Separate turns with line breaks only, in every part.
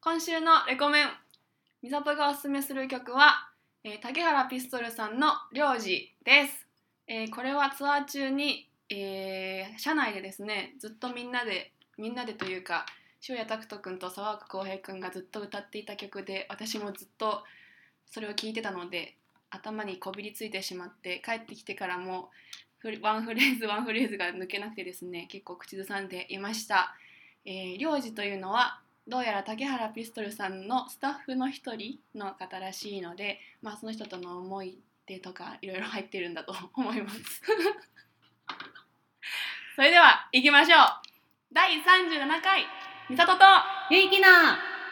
今週のレコメンみさとがおすすめする曲は、えー竹原ピストルさんの「領事」です、えーこれはツアー中に、えー車内でですねずっとみんなでみんなでというか塩谷拓人君と沢岡浩平君がずっと歌っていた曲で私もずっとそれを聴いてたので頭にこびりついてしまって帰ってきてからもフレワンフレーズワンフレーズが抜けなくてですね結構口ずさんでいました。えー、領事というのはどうやら竹原ピストルさんのスタッフの一人の方らしいので、まあ、その人との思い出とかいろいろ入ってるんだと思います それでは行きましょう第37回「みさとと
ゆいきの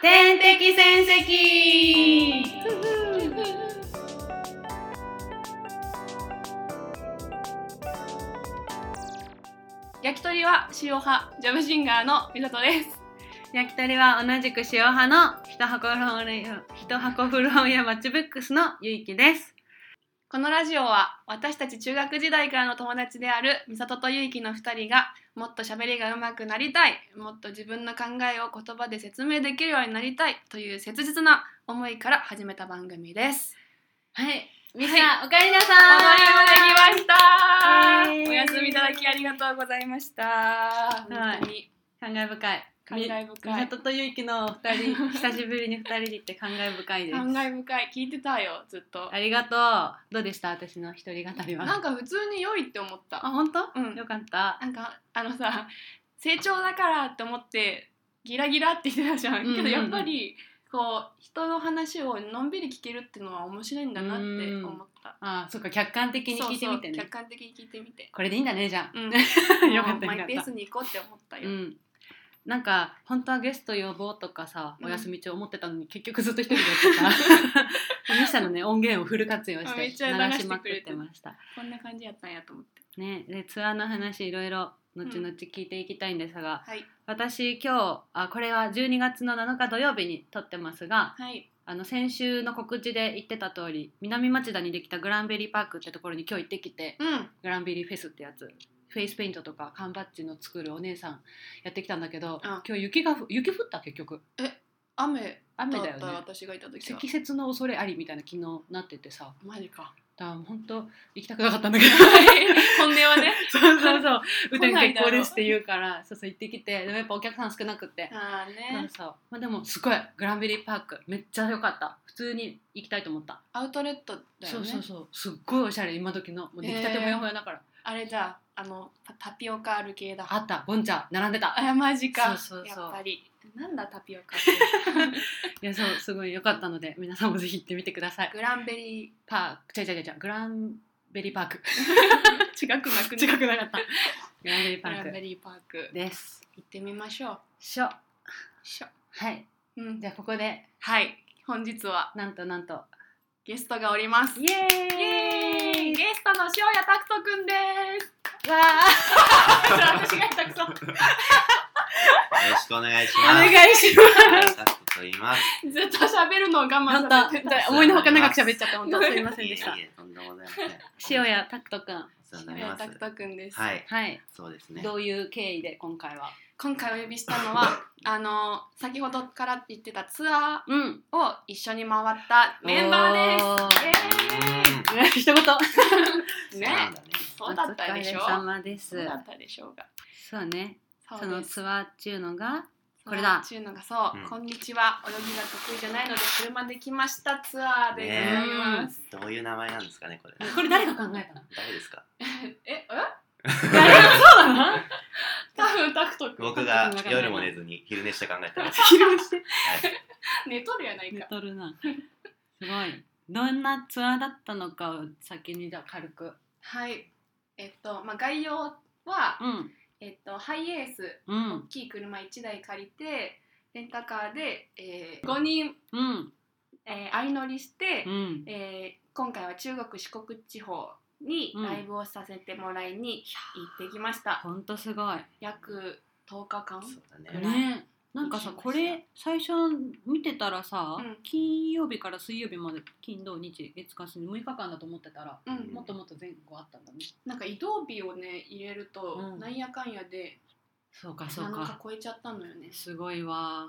天敵戦績
焼き鳥は塩派ジャブシンガーのみさとです
焼き鳥は同じく塩派の一箱フローレ一箱フローやマッチブックスのゆいきです
このラジオは私たち中学時代からの友達である美里と結城の2人がもっと喋りが上手くなりたいもっと自分の考えを言葉で説明できるようになりたいという切実な思いから始めた番組です。
はいみん
はい
な、おかえりなさ
おはようございました、
イエーイ
お休みいただきありがとうございました。
い
本当に
い感慨深い
感慨深い
みさととゆいきのお二人久しぶりに二人で行って感慨深いです
感慨深い聞いてたよずっと。
ありがとうどうでした私の一人語りは
なんか普通に良いって思った。
あ本当、
うん
よかった
なんかあのさ成長だからって思ってギラギラって言ってたじゃん,、
うんうんうん
けどやっぱりこう人の話をのんびり聞けるってのは面白いんだなって
うん
思った、
あそっか客観的に聞いてみてね
そうそう客観的に聞いてみて、
これでいいんだねじゃ
うん、
あ よかったよ
マ
か
イ
っ
ペー
た
スに行こうって思った
う
よ、
ん、なんか本当はゲスト呼ぼうとかさ
うん
お休み中思ってたのに、結局ずっと一人でやって たミシャのね音源をフル活用し
あめってちゃ
鳴
流
ら
してくれて
しまくってました
こんな感じやったんやと思って
ねでツアーの話いろいろ後々聞いていきたいんですが、
はい
私今日あこれは12月の7日土曜日に撮ってますが
はい
あの先週の告知で言ってた通り南町田にできたグランベリーパークってところに今日行ってきて、
うん
グランビリーフェスってやつフェイスペイントとか缶バッジの作るお姉さんやってきたんだけど、
あ
今日雪がふ雪降った結局
雨
雨だ
だ
よ
った
ね
私がいた時は
積雪の恐れありみたいな昨日なっててさ
マジか
だから本当行きたくなかったんだけど
本音はね
そうそ うそう「
来
雨
な
天
いだろ
結構です」って言うからそうそう行ってきてでもやっぱお客さん少なくて、
ああ
なん
ね
かさまあ、でもすごいグランビリーパークめっちゃ良かった普通に行きたいと思った、
アウトレットだよね
そうそうそうすっごいおしゃれ今時のもう出来たてもやほやだから、
あれだあのタタピオカある系だ
あったボンチャ並んでた
あマジか
そうそうそう
やっぱりなんだタピオカって
いやそうすごい良かったので皆さんもぜひ行ってみてください
グランベリ
パーク違う違う違うグランベリーパーク
ー違くなくね
違くなかったグランベリー
グ
パ
ラン
ー
ベ
ク
リーパーク
です
行ってみましょう
しょ
しょ
はい
うん
じゃあここで
はい本日は
なんとなんと
ゲストがおります
イエー
イエーイ
イ
ゲストの塩谷拓人くんです
わあ
それ私が言ったくそ
よろしくお願いし
お
ます。
願いします
サクと言います。
ずっと喋るのを我
本
慢されてた
当思いのほか長く喋っちゃった本当すみませんでし
い
た
えいえとんでもございません。
塩谷拓人くん
そうにな
塩
り
谷
ます
拓。人くんです
はい、
はい、
そうですね。
どういう経緯で今回は
今回お呼びしたのはあの先ほどから言ってたツア
うん
ーを一緒に回ったメンバーです
す一
う
言
イエーイね
んそうなんだね。
そうだったでしょ
お疲れ様です
そうだったでしょうが
そうねその
ア
ツアーっちゅうのがこれ
ー
だ
っていうのがそう、
うん
こんにちは泳ぎが得意じゃないので車で来ましたツアーでございます、
どういう名前なんですかね、これ。
これ誰が考えたの
誰ですか。
ええ
誰がそ うなの
多分タクト君
僕が夜も寝ずに昼寝して考えてます。
昼寝して
はい。
寝とるやない
寝
か
とるなすごいどんなツアーだったのかを先にじゃあ軽く
はいえっとまあ概要は、
うん
えっとハイエース
う
大
ん
きい車1台借りてレンタカーで、え5人、
うん
えー相乗りして、
うん
えー今回は中国四国地方にライブをさせてもらいに行ってきました、
ほんとすごい
約10日間
そうだね。
ねなんか
行
さ
きました
これ最初見てたらさ、
うん
金曜日から水曜日まで金土日月火水6日間だと思ってたら、
うん
もっともっと前後あったんだね
なんか移動日をね入れると、
うん
なんやかんやで
そうかそう
7日
か
超えちゃったのよね
すごいわ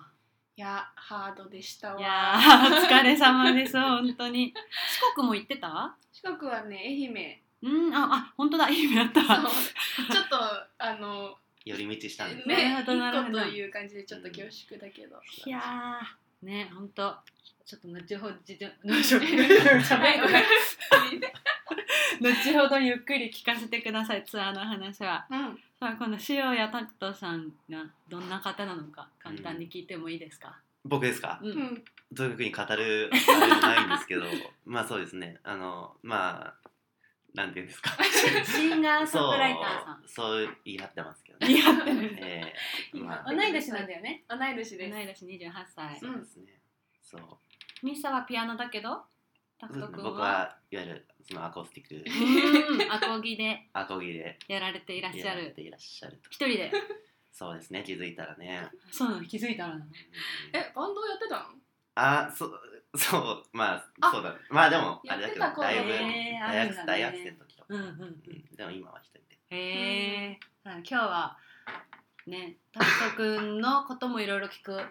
いやハードでした
いや
わ
ーお疲れ様です本当に四国も行ってた
四国はね愛媛
うんああ本当だいいやった
そう
わ
ちょっとあの
寄り道したんですね。
ね
なるほ
一
どなるほ
個
ど
という感じでちょっと恐縮だ けど、
いやーね本当ちょっと後ほどじじょどうしよう
はいごめん
後ほどゆっくり聞かせてくださいツアーの話は
うん
さあ今度塩谷拓人さんがどんな方なのか簡単に聞いてもいいですか、
僕ですか
う。ん
うんうん
というふうに語るあれもないんですけど、まあそうですね。あのまあなんていうんですか。
シンガーソングライターさん
そうそう言い張ってますけど
似
ね。
合ってる
ええ
今
まあ
同い年なんだよね
同い年
同い
です
年28歳
そうですね。そう。
ミサはピアノだけど拓人君
僕
は
はいわゆるそのアコースティ ック
うんアコギで
アコギで
やられていらっしゃ
やられ
る
ていらっしゃると。
一人で
そうですね。気づいたらね。
そうなの気づいたらなの
うん
えバンドやってたの
あそそうま
あ
あそうだねまあでも
や
あ
っ
れだ
て
けど
た頃
だいぶ
ねあ
大
るんだ
学
ね
大学生の時とか、
うんうんうん
うんでも今は一人で
へえ、はい今日はね拓人君のこともいろいろ聞く
う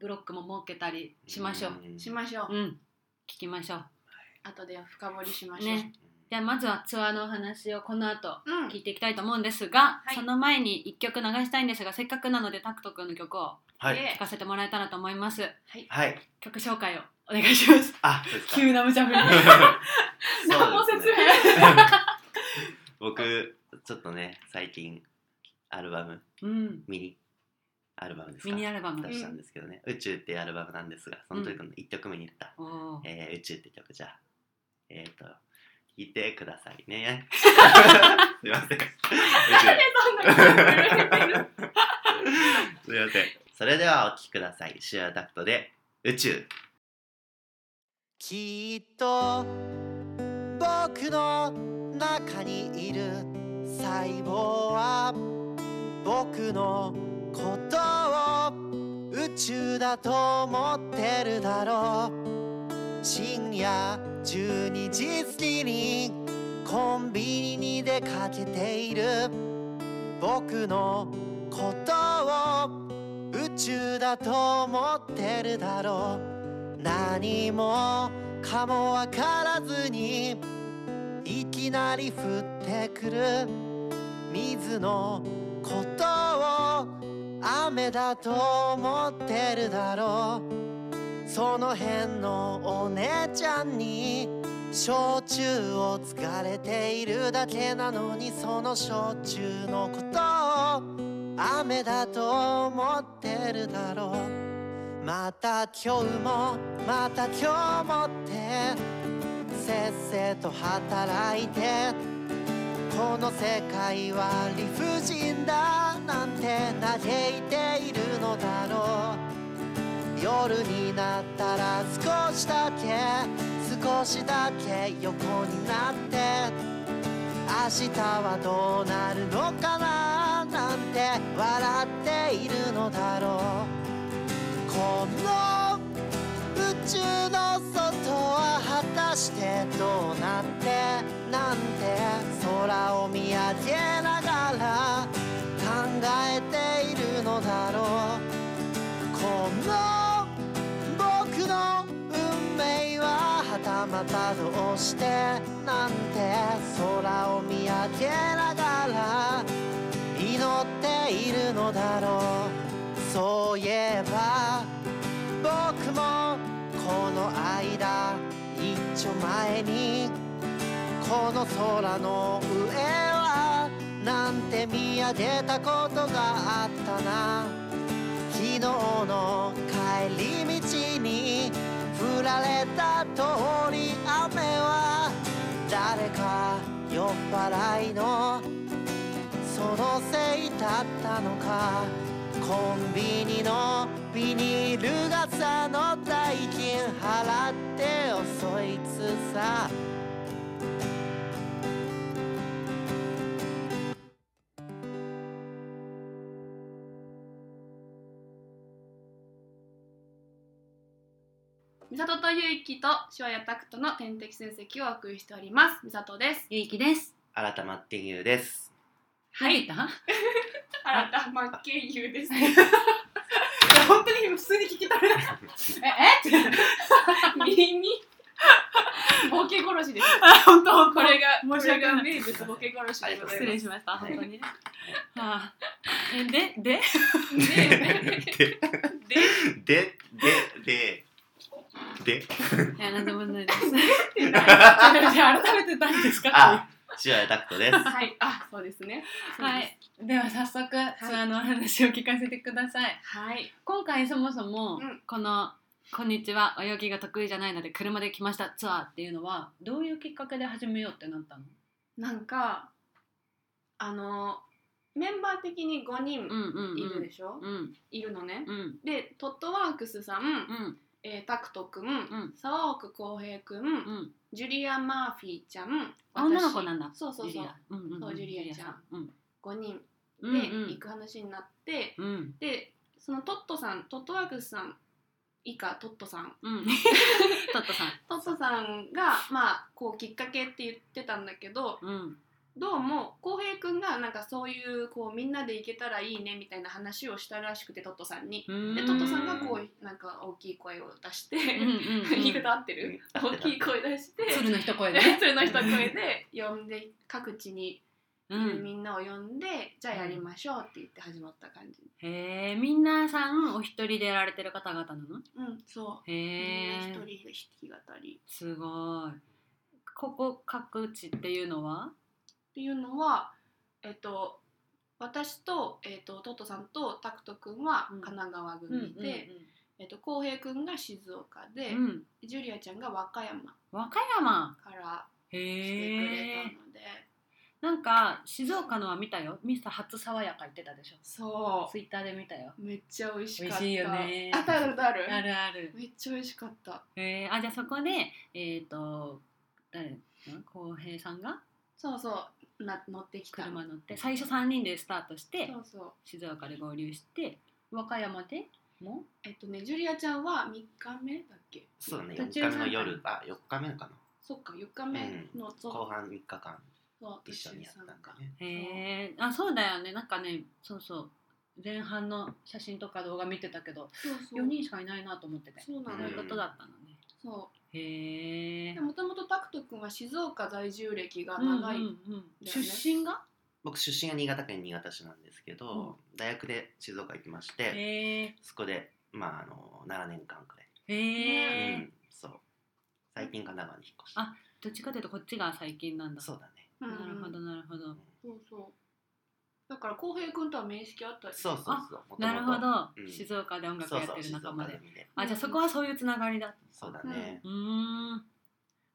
ブロックも設けたりしましょう、
んしましょう、
うん聞きましょ
後で深掘りしま
う
しょう、
ねじゃあまずはツアーのお話をこの後
うん
聞いていきたいと思うんですが、
はい
その前に一曲流したいんですがせっかくなので拓人君の曲を
は
で
い
聞かせてもらえたらと思います
はい
曲紹介をお願いします
あそうです か
急な無茶ぶり
何も
そうです
説
ね
明
僕ちょっとね最近アルバム
うん
ミニアルバムですか
ミニアルバム
出したんですけどね「宇宙」っていうアルバムなんですがその時の1曲目に言った
お
「
ー
えー宇宙」って曲じゃあえっ、と聴いてください ねすいません宇宙
そんなこと言われてる
すいません。それではお聴きください。シュアタクトで宇宙。
きっと僕の中にいる細胞は僕のことを宇宙だと思ってるだろう深夜12時過ぎにコンビニに出かけている僕のことを宇宙だと思ってるだろう何もかもわからずにいきなり降ってくる水のことを雨だと思ってるだろうその辺のお姉ちゃんに焼酎をつかれているだけなのにその焼酎のことを雨だと思ってるだろうまた今日もまた今日もってせっせと働いてこの世界は理不尽だなんて嘆いているのだろう夜になったら少しだけ少しだけ横になって明日はどうなるのかななんて笑っているのだろうこの宇宙の外は果たしてどうなってなんて空を見上げながら考えているのだろうこの僕の運命ははたまたどうしてなんて空を見上げながら祈っているのだろうそういえば僕もこの間一丁前にこの空の上はなんて見上げたことがあったな昨日の帰り道に振られた通り雨は誰か酔っ払いのそのせいだったのかコンビニのビニール傘の代金払ってよそいつさ
美里とゆいきと塩谷拓人の天敵戦績をお送りしております美里です
ゆいきです
新たまっていうです。
はい。
新田真剣佑です
本当に普通に聞き取れない。ええって。
耳ボケ殺しです
あ、 本当本当
これが
申
こ
し
れ
訳ない
が名物ボケ殺しでござい
失
ま
礼
す
しました、
はい
本当にね。はあ、えで、で、
ね
で
で
でででで
いや、なんでもない です。
で
改めて何ですか
あシュアダクトです
はいあそうですね
は、い。では早速、ツアーのお話を聞かせてください。
はい、
今回そもそも、
うん
この「こんにちは泳ぎが得意じゃないので車で来ましたツアー」っていうのはどういうきっかけで始めようってなったの
なんかあのメンバー的に5人
うんうんうん
いるでしょ、
うん
いるのね
うん
でトットワークスさん、
うん
えータクトくん、
ん
沢奥浩平くん、
うん
ジュリア・マーフィーちゃん私
女の子なんだ
そうそう
ジ
そう
ュリアうんうん
そうジュリアちゃん
ジュリ
5人
アさんうん
で
うんうん
行く話になって、
うん
でそのトットさんトットワークスさん以下トットさん
うんトットさん
トットさんがまあこうきっかけって言ってたんだけど
うん
どうも浩平くんがなんかそういうこうみんなで行けたらいいねみたいな話をしたらしくてトットさんに。でトットさんがこうなんか大きい声を出して、
うんうんうん
言 い方合ってる、
うん
大きい声出して
鶴の一声 で ね
それの一声で呼んで各地にいうる
ん
みんなを呼んで、じゃあやりましょうって言って始まった感じ
へえみんなさんお一人でやられてる方々なの
うんそ
へ
うみんな
え
一人で弾き語り
すごいここ各地っていうのは
っていうのはえっと私と,、えっとトットさんとタクト君は
うん
神奈川組で、えっと浩平君が静岡で、
うん、
ジュリアちゃんが和歌山か
和歌山
ら来てくれ
へ
た
え
ので、
なんか静岡のは見たよミスター初爽やか言ってたでしょ
そ
ツイッターで見たよ
うめっちゃ美味しかった
美味しいよね
あたるある
あるある
めっちゃ美味しかった
へえあじゃあそこでえっ、と誰浩平さんが
そうそうな乗ってきた
車乗って最初3人でスタートして
そうそう
静岡で合流して和歌山でも
えっとねジュリアちゃんは3日目だっけ
そうね
途
4
中
日目の夜あ4日目かな
そっか4日目のそう
後半3日間
そう
一緒にやったんだね
へえあそうだよねなんかねそうそう前半の写真とか動画見てたけど
そうそう
4人しかいないなと思ってて
そうな
そ
の
う
よ
いうことだったのね
そ
へ
う
え
でもともとタクト君は静岡在住歴が長い、
うんうんうん出身が
僕出身が新潟県新潟市なんですけど、大学で静岡行きまして、
へえ
そこでまああの7年間くら
へ
い、う
え
ん、そう最近神奈川に引っ越し
あどっちかというとこっちが最近なんだ
そうだね、
うん
なるほどなるほど
そうそうだから浩平君とは面識あったり
そうそうそうもと
なるほど
うん
静岡で音楽
そう
やっ
そう
てる
静
仲
岡
間
で
で
見て
あじゃあそこはそういうつながりだ
そうだね、
うーん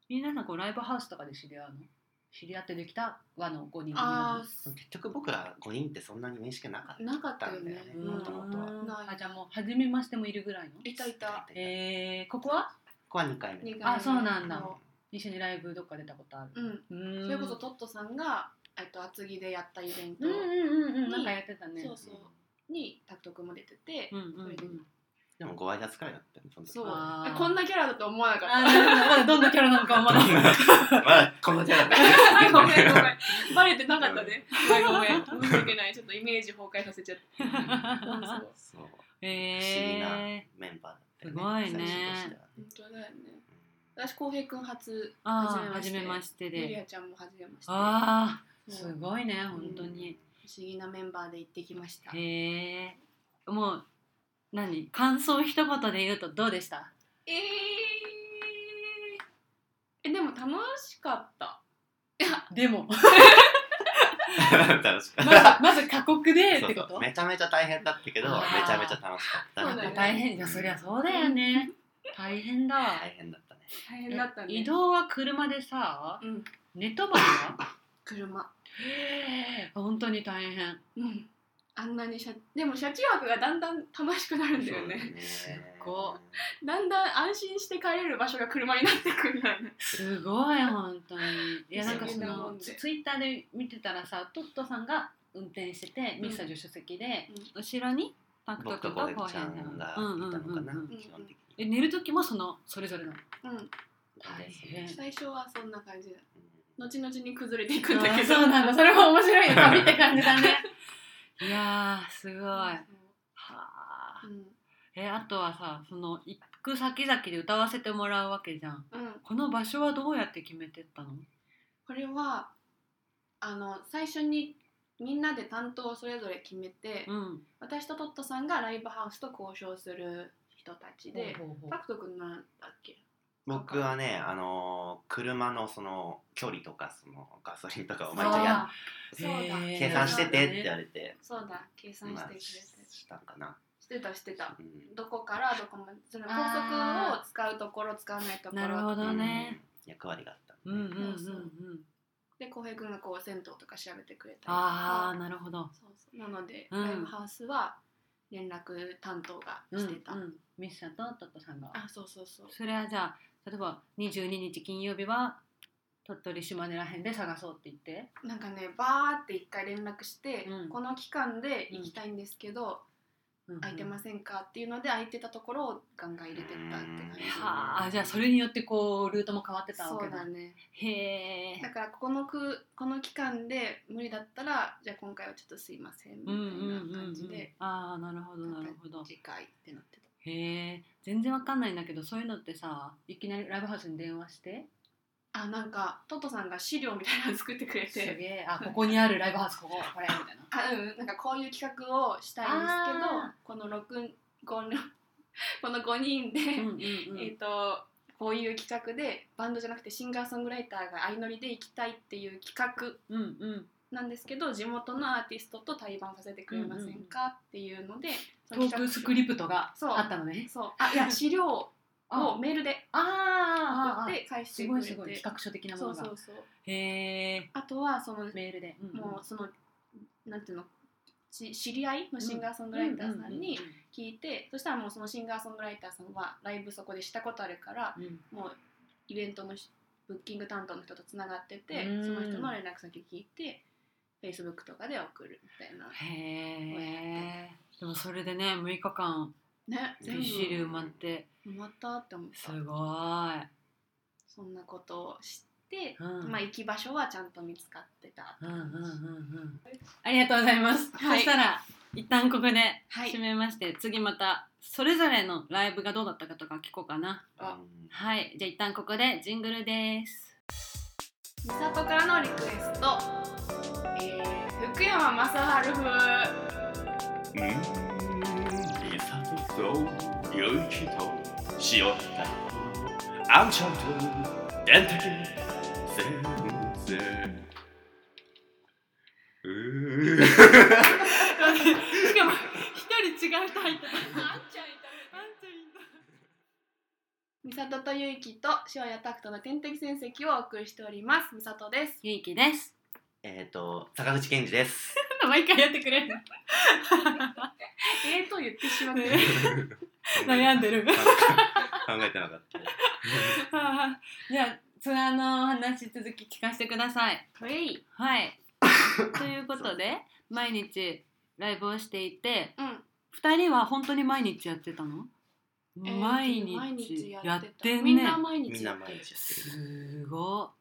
みんなさこうライブハウスとかで知り合うの知り合ってできた和の5人組な
あ
の
ー
結局僕ら5人ってそんなに面識なかった
なかったよね
あ
うーん
もともとは
ない
あじゃあもう初めましてもいるぐらいの
いたいた
えー、ここは
ここは2回目
二回目
あそうなんだ
そ
一緒にライブどっか出たことあ
う
る
うん
うーん
それこそトットさんがえっと厚木でやったイベント
うんうんうんうん
に
なんかやってたね
そうそうにタクト君も出てて、
うんうんう
それで
ん
でもご挨拶からやってるその時
そう
あー
こんなキャラだと思わなかった
あなるほどまだどんなキャラなのか思わなかった
まだこのキャラで
ごめんごめん。バレてなかったね。ごめんごめん。申し訳ない。ちょっとイメージ崩壊させちゃった。そうそう
そう不思議 な
え
メンバーだった
すごいね
最初としては
本当だよね。
うん
私、浩平くん初、
ー、ああ
初
初
め
め
ま
まして
ゆり
で
あちゃんも初めまして。
ああ
そ
す
う
ごいね本当に
不思議なメンバーで行ってきました。え
へえもう何感想一言で言うとどうでした
ーえ、でも楽しかった。
で も
楽しか
ま
っ
ず
た
まず過酷でってこ
そうそ
と
うめちゃめちゃ大変だったけどめ
あー
ちゃめちゃ楽しかった
そう
み
だ
た
よね
いな
大変いやそりゃそうだよね大変だわ
大変だったね
大変だったね。
移動は車でさ
うん。
寝泊まりは
車。
へえ本当に大変
うん。あんなに車、でも車中泊がだんだん楽しくなるんだよね。
す
ご
だんだん安心して帰れる場所が車になってくるんだよね。
すごい本当にいやなんかそ
不思議なも
の
んで
ツツイッターで見てたらさトットさんが運転しててミスター助手席で、後ろにタクト君
僕と
と浩
コレ
平
ち
さ
ゃ
ん
んがいた
うん
のかな
うんうんうん
ん
基本的
え
に
寝る時もそのそれぞれの
うん。
大変
最初はそんな感じだ
うん
後々に崩れていくんだ
あ
け
ー
ど
そうなんだそれも面白いよ 旅って感じだねいやーすごいは
は
あ
い、うん、
えあとはさその行く先々で歌わせてもらうわけじゃん
うん、
この場所はどうやって決めてったの
これはあの最初にみんなで担当をそれぞれ決めて、
うん
私とトットさんがライブハウスと交渉する人たちで、
ほうほうほう
パクト君なんだっけ
僕はね、あのー車のその距離とかそのガソリンとかを毎
じゃ
回
あ
や
や
そうだ
そうだ
へー
計算しててって言
な
われて、
そうだ計算して
ま
く
あ
れて、
ししたんかな、
してたしてた
うん
どこからどこまでその高速
あ
を使うところ使わないところ
るほどね、
うん役割があったん
う
でね
ん、うんうんうん
そうで浩平君がこう銭湯とか調べてくれたりとか
ああなるほど
そうそうなので、
うん
ライブハウスは連絡担当が
うん
してた、
うんミスさんとトットさんが
あそうそうそう
それはじゃあ例えば22日金曜日は鳥取島根らへんで探そうって言って
なんかねバーって一回連絡して、
うん
この期間で行きたいんですけど、空いてますせんかっていうので空いてたところをガンガン入れてったって感じ、
うん
はあじゃあそれによってこうルートも変わってたわ
そ
け
うだね
へえ
だからこのくこの期間で無理だったらじゃあ今回はちょっとすいませんみた
う
い
んうんうん
な
うん
感じで
ああなるほどなるほど
次回ってなってた
へえ全然わかんないんだけどそういうのってさいきなりライブハウスに電話 して
あなんかトトさんが資料みたいなの作ってくれ
す
て
げえあここにあるライブハウスこここれみたいな
あうんなんかこういう企画をしたいんですけど
あ
この6 5の この5人で、
うんうんう
え
ん
っとこういう企画でバンドじゃなくてシンガーソングライターが相乗りで行きたいっていう企画
うんうん
なんですけど地元のアーティストと対バンさせてくれませんかっていうので、
トークスクリプトが
そう
あったのね
そうあいや資料を
あ
メールで
あああ
送って返して
す
く
ご
れ
い
て
すごい企画書的なも
そ
の
うそ
が
うそう
へえ
あとはその
メールで、
もうそのなんていうのち知り合いのシンガーソングライターさんに聞いてそしたらもうそのシンガーソングライターさんはライブそこでしたことあるからもうイベントのしブッキング担当の人とつながってて
うん
その人の連絡先聞いて Facebook とかで送るみたいな
へえでもそれでね6日間
ね
全
全
部
びっしり埋まって
部埋まったって思っ
す
た
ごーい
そんなことをして、
うん
まあ行き場所はちゃんと見つかってた
うんうんうんうんありがとうございます、
はい
そしたら一旦ここで
はい
締めまして、次またそれぞれのライブがどうだったかとか聞こうかな
あ
うん
はいじゃあ一旦ここでジングルです
美里からのリクエスト、えー、福山雅治風
うん、いさとと、ゆうきと、しおたと、あんちゃんと、でんたけ、せんぜうー
しかも一人違う人入った
あんちゃんいたみさととゆいきと塩谷拓人の天敵戦績をお送りしておりますみさとです
ゆいきです
えっ、と坂口健二です
毎回やってくれる
えーと言ってしまって
ね 悩んで る
考え考えてなかった
あーじゃあツアーのお話続き聞かせてください。
はい
はい。ということで毎日ライブをしていて
うん
2人は本当に毎日やってたの、
えー
毎
毎
日
日
や
や
っ
ってた
てん
みん
ね
な毎日
みんな毎日やってる
すご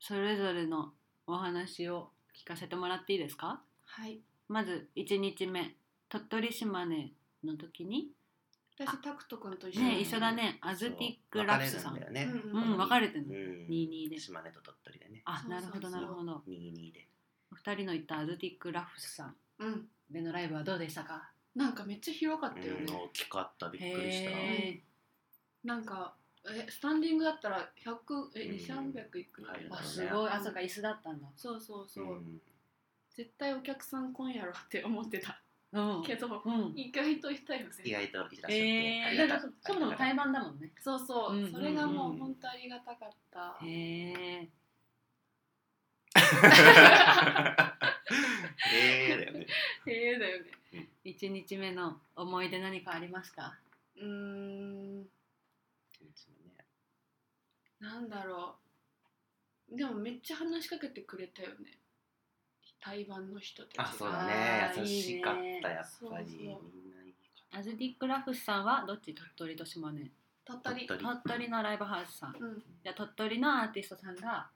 いそれぞれのお話を聞かせてもらっていいですか
はい
まず1日目鳥取島根の時に
私拓人君と一緒
ね
うん
一緒だねアズティックラプスさん
別れなんだよね、
う
うんん分かれて
う
るの、
ん
22で
島根と鳥取でね
あ
そうそう
な
そ
る
う
ほどなるほど
22で
お二人の行ったアズティックラフスさん
うん
でのライブはどうでしたか
なんかめっちゃ広かったよ
うん
ね、
大きかったびっくりした
へ
なんかえスタンディングだったら100え
うん
200いくらい
入
ー
るだ
あ
ろうね
すごいあそうか椅子だったんだ
そうそうそう、
うん
絶対お客さん来んやろって思ってた
うん
けど
うん
意外といたよね
意外といらっしゃって、
えー、だからそもそも対バンだもんね
そうそう、
うん
それがも
う
うん本当ありがたかった。
へえ
ええー、だよね
ええだよね。
1日目の思い出何かありますか
うーん、なんだろう。でもめっちゃ話しかけてくれたよね。台湾の人たちが。
あそうだね
あー
優しかった
いいね
やっぱり
そうそう
みんないいか
アズディックラフスさんはどっち鳥取と島根
鳥取。
鳥
鳥取のライブハウスさん
うん、
じゃあ鳥取のアーティストさんが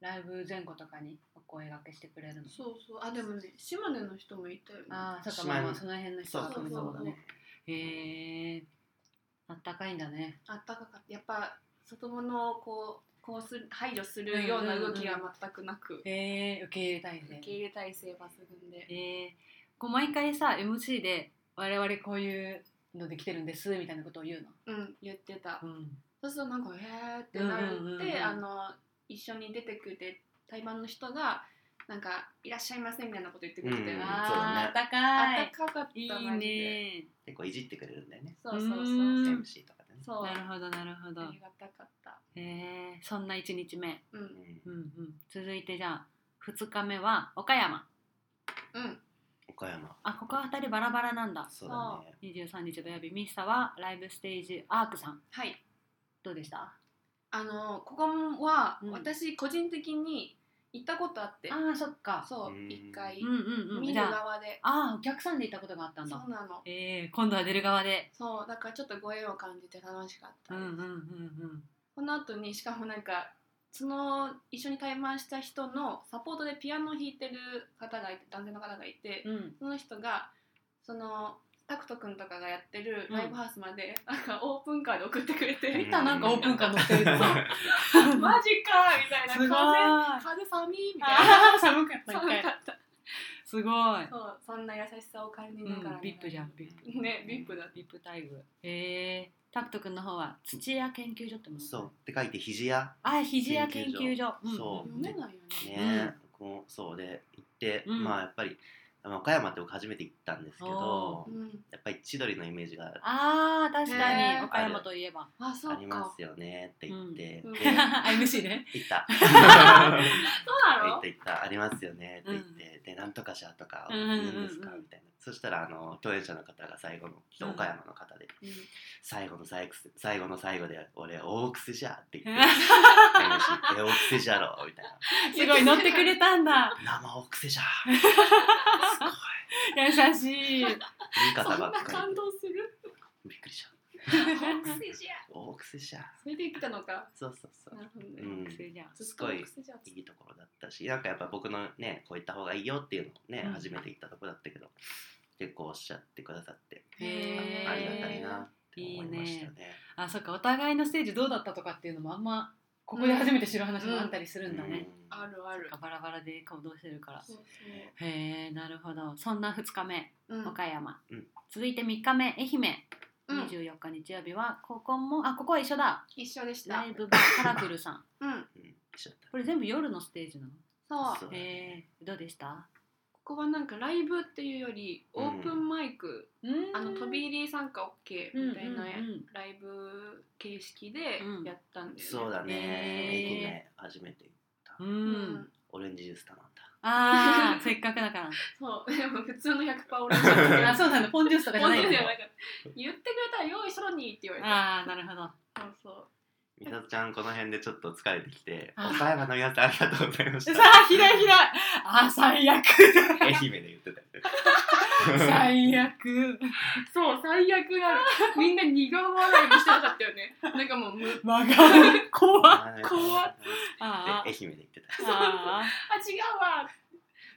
ライブ前後とかにお声掛けしてくれるの
そうそう。あ、でもね、島根の人もいたよね。
ああそっか
島
ま
根
あまあその辺の人
そう
が
そう
そう
そ
そううだねへえあったかいんだね
あったかかったやっぱ外物をこうこうする排除するような動きが全くなく、
へえ受け入れたい
受
ね
け入れ体制抜群で、
えー、こう毎回さ MC で我々こういうので来てるんですみたいなことを言う
うん、言ってた、
の、うん、
そうするとなんか「へー」ってなるって、
うんうんうんうん
あの一緒に出てくれて対バンの人がなんか「いらっしゃいませ」みたいなこと言ってくれて、
うん
あ
あーあったか
あっ
い
たかかった
い
マ
い
ジで
ね
結構いじってくれるんだよね
そうそうそうう
ーん
MC とかでね
そう
なるほどなるほど
ありがたかった
へえー、そんな1日目、
う
うんん
うんうん、続いてじゃあ2日目は岡山
うん
岡山
あここは2人バラバラなんだ
そうだね
23日土曜日ミッサはライブステージアークさん
はい
どうでしたあ
あのここは
うん
私個人的に行ったことあって、
あそっか
そう
うん
一回
うんうんうん
見
じ
る
ゃあ
側で
あーお客さんで行ったことがあったん
そ
だ
うなの
えー、今度は出る側で
そうだからちょっとご縁を感じて楽しかった
うん
で
う
す、
んうん
この後にしかもなんかその一緒に対マンした人のサポートでピアノを弾いてる方がいて男性の方がいて、
うんうん
その人がそのタクト君とかがやってる
うん
ライブハウスまで、なんかオープンカーで送ってくれて、
うん
見たなんかオープンカー乗って るの
マジかみたいな
すごい
風風寒いみたいな
あー 寒かった一
寒か
回
った
すごい
そうそんな優しさを感じ
う
ながら、
んビップじゃんビップ
ねビップだ
ビップ待遇えー、タクト君の方は土屋研究所っても
そうって書いて肘や
あ肘屋研究所
研究所
ん
読めないよね
ね、こうそうで行って、
うん
まあやっぱりまあ岡山って僕初めて行ったんですけど
う
お
ん
やっぱり千鳥のイメージが
あー確か
ね
に岡山といえば
あそ
あ
う
り
か
ますよねって言って、
うん
で
MC ね
行った
そうな
行
の
った行ったありますよねって言って、でなんとかしゃとか
うんうんうんうん
言うんですかみたいなそしたらあの共演者の方が最後の人
うん
岡山の方で、
うん
最後の最後最後の最後で俺大クセじゃって言って MC え大クセじゃろみたい
すごい乗ってくれたんだ
な生大クセじゃ
優しい
言い
そん
方ば
な
っかり
感動する
びっくりした
特性じゃ
大クセじゃ
それで来たのか
そうそうそう
なるほどね、
うん
癖じゃん
ずっと
すごい
特性じゃん
いいところだったしなんかやっぱ僕のねこういった方がいいよっていうのをね、
うん
初めて行ったとこだったけど結構おっしゃってくださって
へー
ありがたいなって思いましたね。
あそっかお互いのステージどうだったとかっていうのもあんまここで初めて知る話もあったりするんだね、
うん
あるある
なんかバラバラで行動してるから
そうそう
へえなるほどそんな2日目
うん
岡山、
うん
続いて3日目愛媛、
うん
24日日曜日はここもあここは一緒だ
一緒でした
ライブバーカラフルさん
うん
うん一緒だった
これ全部夜のステージなの
そう
そうだね
へえどうでした
ここはなんかライブっていうより
うん
オープンマイク、あの飛
み
び入り参加 OK みたいな
うんうんうん
ライブ形式でやったんです、
そうだね、
へー
愛媛初めて
う、
うんん、
オレンジジュース頼んだ
あーせっかくだから
そう でも普通の100%オレンジだから
あそうなんだポンジュースと かじゃ
本
な
当
い
だ
の
よなんか 言ってくれたら用意しろにって言われた
ああなるほど
そうそう
みさとちゃんこの辺でちょっと疲れてきて
あ
岡山の皆さんありがとうございまし
さ
た
あひどいひどいあー最悪
愛媛で言ってたよね
最悪
そう最悪 なのみんな苦笑いもしてなかったよねなんかもうむ
真顔怖っ
あー
怖っ
あ
で愛媛で言ってた
あ
あ違うわ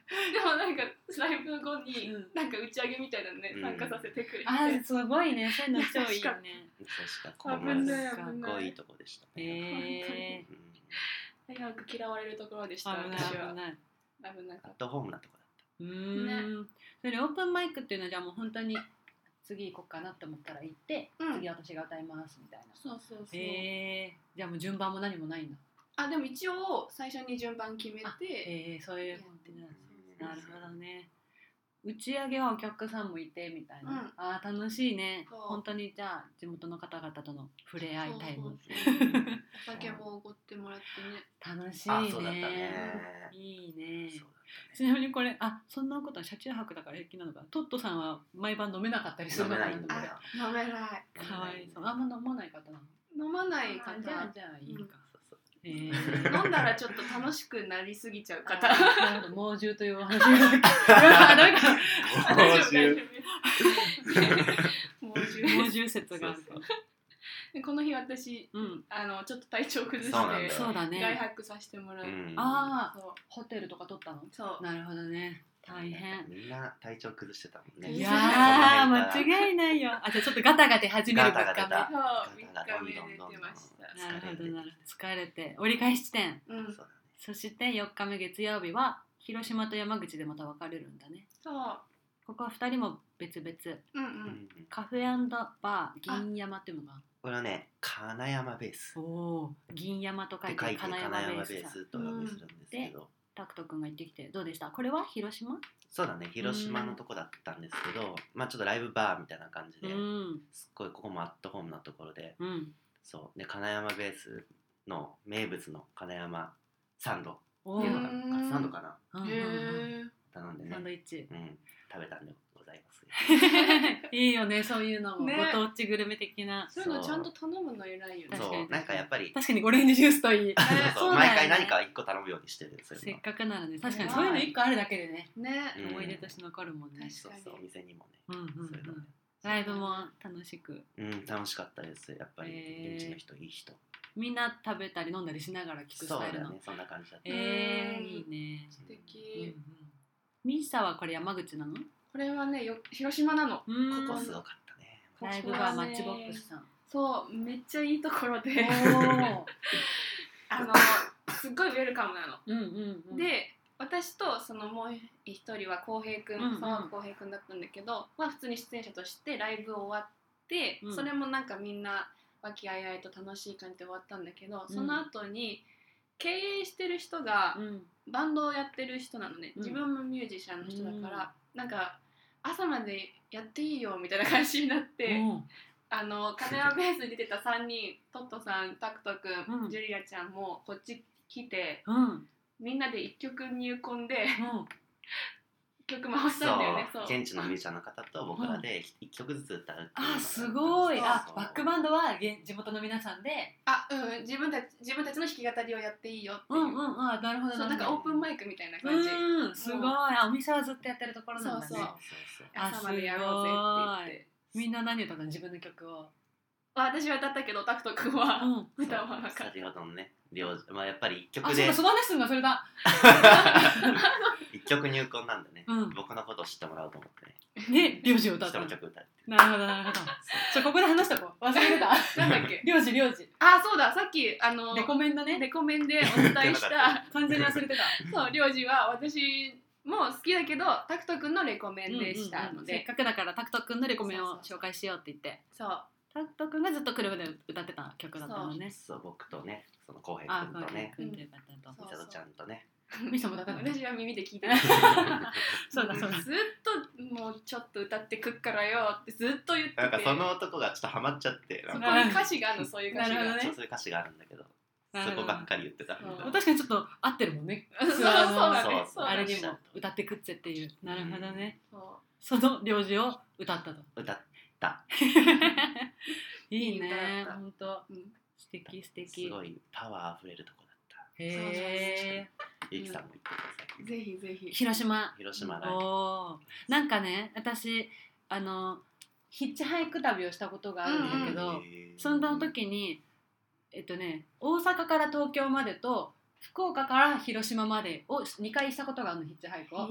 でもなんかライブ後に
うん
なんか打ち上げみたいなのね、
うん
参加させてくれて、
あーすごいねそういうの超いいね
そうしたここ
危
も
ない
す
危
っ
ない
ごいいいとこでしたね、
えー
うん
なんか嫌われるところでし
危
た
ない
私は
危ない
危なか
ア
っ
ットホームなとこだっ
うーんそれオープンマイクっていうのはじゃあもう本当に次行こうかなと思ったら行って、
うん
次私が歌いますみたいな
たそうそうそう、
えー、じゃあもう順番も何もないんだ
あでも一応最初に順番決めて
えー、そういう
た
なるほどね打ち上げはお客さんもいてみたいな、
うん
あー楽しいね
そう
本当にじゃあ地元の方々との触れ合いタイム
うん
お酒もおごってもらってね
楽しい
あ
ね
そうだったね
いいね
そう
ちなみにこれあそんなことは車中泊だから平気なのかトットさんは毎晩飲めなかったりす
だ
る
ったね
の
飲め
か
な
ない
んだよ
飲めない
かわいそうあんま飲まない方なの
飲まない
あ
方
じゃあじゃあいいか、
そうそう
えー
飲んだらちょっと楽しくなりすぎちゃう方
あーなるほど猛獣というお 話があなんか
大丈夫大丈夫もう十
猛
分
獣説があるから
そう
でこの日私
うん
あのちょっと体調崩して
そうなんだよ
そうだ
外
ね
泊させてもらう、
うん
ああ
そう
ホテルとか取ったの
そう
なるほどね大変
みんな体調崩してたもんね
い
い
やー
やー
この辺から
間違いないよあじゃあちょっとガタガタ始める
ガタガタだ
か
そう
ガタガ
三日
タ
目
どんどんどんどん
寝てました
なるほど
疲れて
なるほど疲れて折り返し地点
うん
そうだね
そして4日目月曜日は広島と山口でまた別れるんだね
そう
ここは2人も別々
うんう
うん
ん
カフェバー銀山っていうのが
これはね金山ベース
おおー銀山と書
っ
い
て書
て
いて金
金山ベー
山ベ
ス
ー
さん
スとお呼びするんですけど
タクト君が行ってきてどうでしたこれは広島
そうだね広島のとこだったんですけどまあちょっとライブバーみたいな感じ
う
で
ん
すっごいここもアットホームなところで
うん
そうで金山ベースの名物の金山サンド
おお
っていうの
うん
かなあサンドかな
へえ
頼んでね
サンドイッ チ
うん食べたんでございます
いいよねそういうのも、
ね
ご当地グルメ的な
そういうのちゃんと頼むの偉いよね
確かに
そうなんかやっぱり
確かにオレンジジュースといい
そうそう
そうだよ
毎
ね
回何か一個頼むようにしてるそうい
せ
うの
っかくならね確かにそういうの1個あるだけでね
ね
うん
思い出として残るもんね、
そうそうお店にもね
うんうんう
そういうのね
ん、ライブも楽しく
うん楽しかったですやっぱ
へ
り
ー
現地の人いい人
みんな食べたり飲んだりしながら聞くス
そう
タイル
だ
の、
ねそんな感じだった
え
うん
ー、いいね、
素
うんうん
敵、
ミサはこれ山口なの
これはねよ広島なの
うん
ここすごかったね
こ
ライブバーマッチボックスさん
そうめっちゃいいところで
おー
あのすっごいウェルカムなの
うんうんうん
で私とそのもう一人は浩平君
うんうん
澤浩平君だったんだけど、まあ、普通に出演者としてライブ終わって、
うん
それもなんかみんな和気あいあいと楽しい感じで終わったんだけど、その後に経営してる人が
うん
バンドをやってる人なのね、
うん
自分もミュージシャンの人だから、なんか朝までやっていいよみたいな感じになって。あの金山ベースに出てた3人トットさんタクト君、
うん
ジュリアちゃんもこっち来て
うんうん
みんなで1曲入魂で
うん
曲回したんだよねそう
現地のミュージシャンの方と僕らで一曲ずつ歌うっていうのが
あすごい
そう
あ
そう
バックバンドは現地元の皆さんで
あうん自分たち自分たちの弾き語りをやっていいよって
う
い
ん
う,、
うんうんあなるほど
そうなん
る
か
ほ
オープンマイクみたいな
ど
感じ、
うんすごいあお店はずっとやってるところなんだね
そうそう
そう
あ
朝までやろうぜって言って
みんな何歌ったの自分の曲を、
あ私は歌ったけどタクト君は
ん、
そう
歌わなかっ
先ほどのね両まあやっぱり一
あ
曲
そう
で
だそばレッスンがそれだ
一曲入魂なんでね、
うん
僕のことを知ってもらおうと思ってね
ねりょうじを歌っ
人
た
の
の
曲歌って
なるほどなるほどちょここで話しとこう忘れて た
たなんだっけ
りょうじりょうじ
あそうださっきあの
レコメンドね
レコメンでお伝えし
言ってなかった
た
完全に忘れてた
そうりょうじは私も好きだけどタクト君のレコメンでしたので、
せっかくだからタクト君のレコメンを紹介しようって言って
そう
タクト君がずっと車で歌ってた曲だったのね
そう僕とねその浩平
あ
君とね
君とよかっ
そう
たと
みさとちゃんとね
ミサも歌ったのね
私は耳で聞いてない
そうだそうだ
ずっともうちょっと歌ってくっからよってずっと言ってて
なんかその男がちょっとハマっち ゃってな
そ
ん
こ
か
に歌詞があるのそういう歌詞
なる
が
ほどね
そうそういう歌詞があるんだけど
なる
そ
ほど
こばっかり言ってた
そう
確かにちょっと合ってるもんね
そうそうだね
そう
そう
あ
だ
れ
ね
にも歌ってくっつっていうなるほどね
そ
その領事を歌ったと
歌った
いい
いい歌だ
ね
った
本当
う、うん、
素敵素
す
敵
ごいパワーあふれるとこだっ
へえ
たゆきさんも言ってください、
ぜひぜひ
広島
広島ライブ
おーなんかね私あのヒッチハイク旅をしたことがあるんだけど、そんな時にえっとね大阪から東京までと福岡から広島までを2回したことがあるのヒッチハイクを。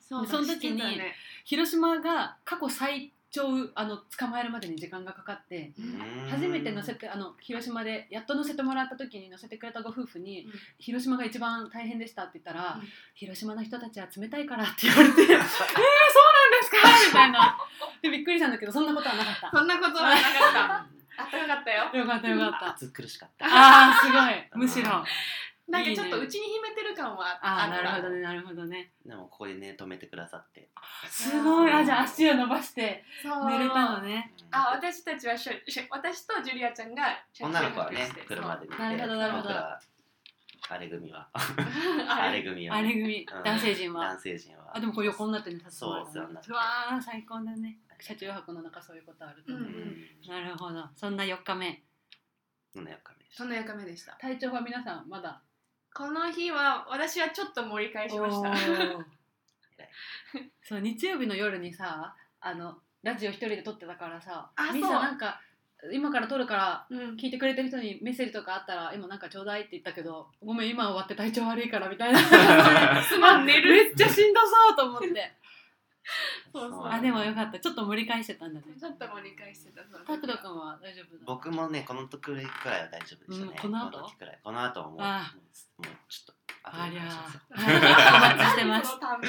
そ
その時に
してたね
広島が過去最長あの捕まえるまでに時間がかかって初めて乗せてあの広島でやっと乗せてもらった時に乗せてくれたご夫婦に、
うん
広島が一番大変でしたって言ったら、
うん
広島の人たちは冷たいからって言われ てえー、そうなんですかみたいなでびっくりしたんだけどそんなことはなかっ
そんなことはなかったあったかかったよ
たよかったよかった
暑苦しかった
あーすごいむしろあ
なんかちょっとうちに秘めてる感はあ
あ
っ
ー
た
なるほどねなるほどね
でもここでね止めてくださって
すごいあじゃあ足を伸ばして
そう
寝れたのね
うん
あ私たちはしょしょ私とジュリアちゃんが
女の子はね
そう
車で見て
なるほどなるほど
僕らあれ組はあ
あ
れ
れ
組は
あれ組
うん
男性陣は
男性陣は
あでもこれ横になってね、立つ
そうそう
うわー、最高だね。車中泊の中そういうことあると
う
思う。
ん
なるほど。そんな4日目。
そんな4日目でした
その役目でした
体調は皆さんまだ。
この日は私はちょっと盛り返しました
おー そう日曜日の夜にさ、あのラジオ一人で撮ってたからさ
あ、
みさ
そう
なんか今から撮るから
うん、
聞いてくれてる人にメッセージとかあったら今なんかちょうだいって言ったけどごめん今終わって体調悪いからみたいな
つまんでる
めっちゃしんどそうと思って
そうそう
あでもよかったちょっと盛り返してたんだね
ちょっとも理解してたそう
拓斗君は大丈夫だ
僕もね、この時くらいは大丈夫でしたね。
うんこの後
時くらいこの後はもう、もう
あ
ちょっと、
ありゃ
後で話しますよ
ーお待ちしてま
何
す
そのため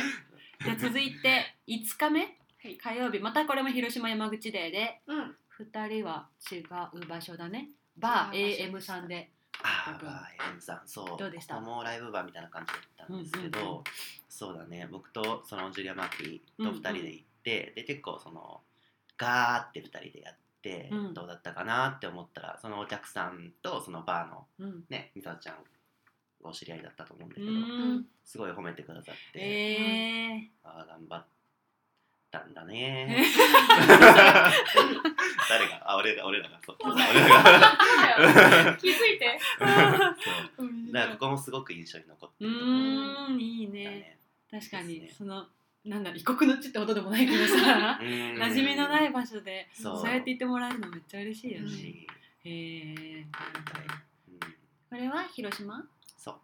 じゃあ続いて5日目、
い
火曜日またこれも広島山口デーで
うん
2人は違う場所だねバー
違う
AM
場所でした
さんで
あー、バーエンさん、そう。
どうでした
ここもライブバーみたいな感じだったんですけど、
うんうんう
そうだね、僕とそのジュリア・マーフィー
う
と
んう
二
ん
人で行って、で、結構その、ガーって二人でやって、
うん
どうだったかなって思ったら、そのお客さんとそのバーの
うん
ね、美里ちゃん、お知り合いだったと思うんだ
う
けど、
ん
すごい褒めてくださって、
えー
ああ頑張ったんだ ね。誰があ俺が俺 らがそう。そう俺らが
気づいて
そ う
う
だからここもすごく印象に残ってるところだ
ーんいいね
ね。
確か
です
に
ね。
そのなんだ異国の地ってことでもないけどさ馴染みのないい場所で
そう。
そうやって言ってもらえるのめっちゃ嬉しいよ
嬉
ね
しい
へえ
うん
これは広島
そ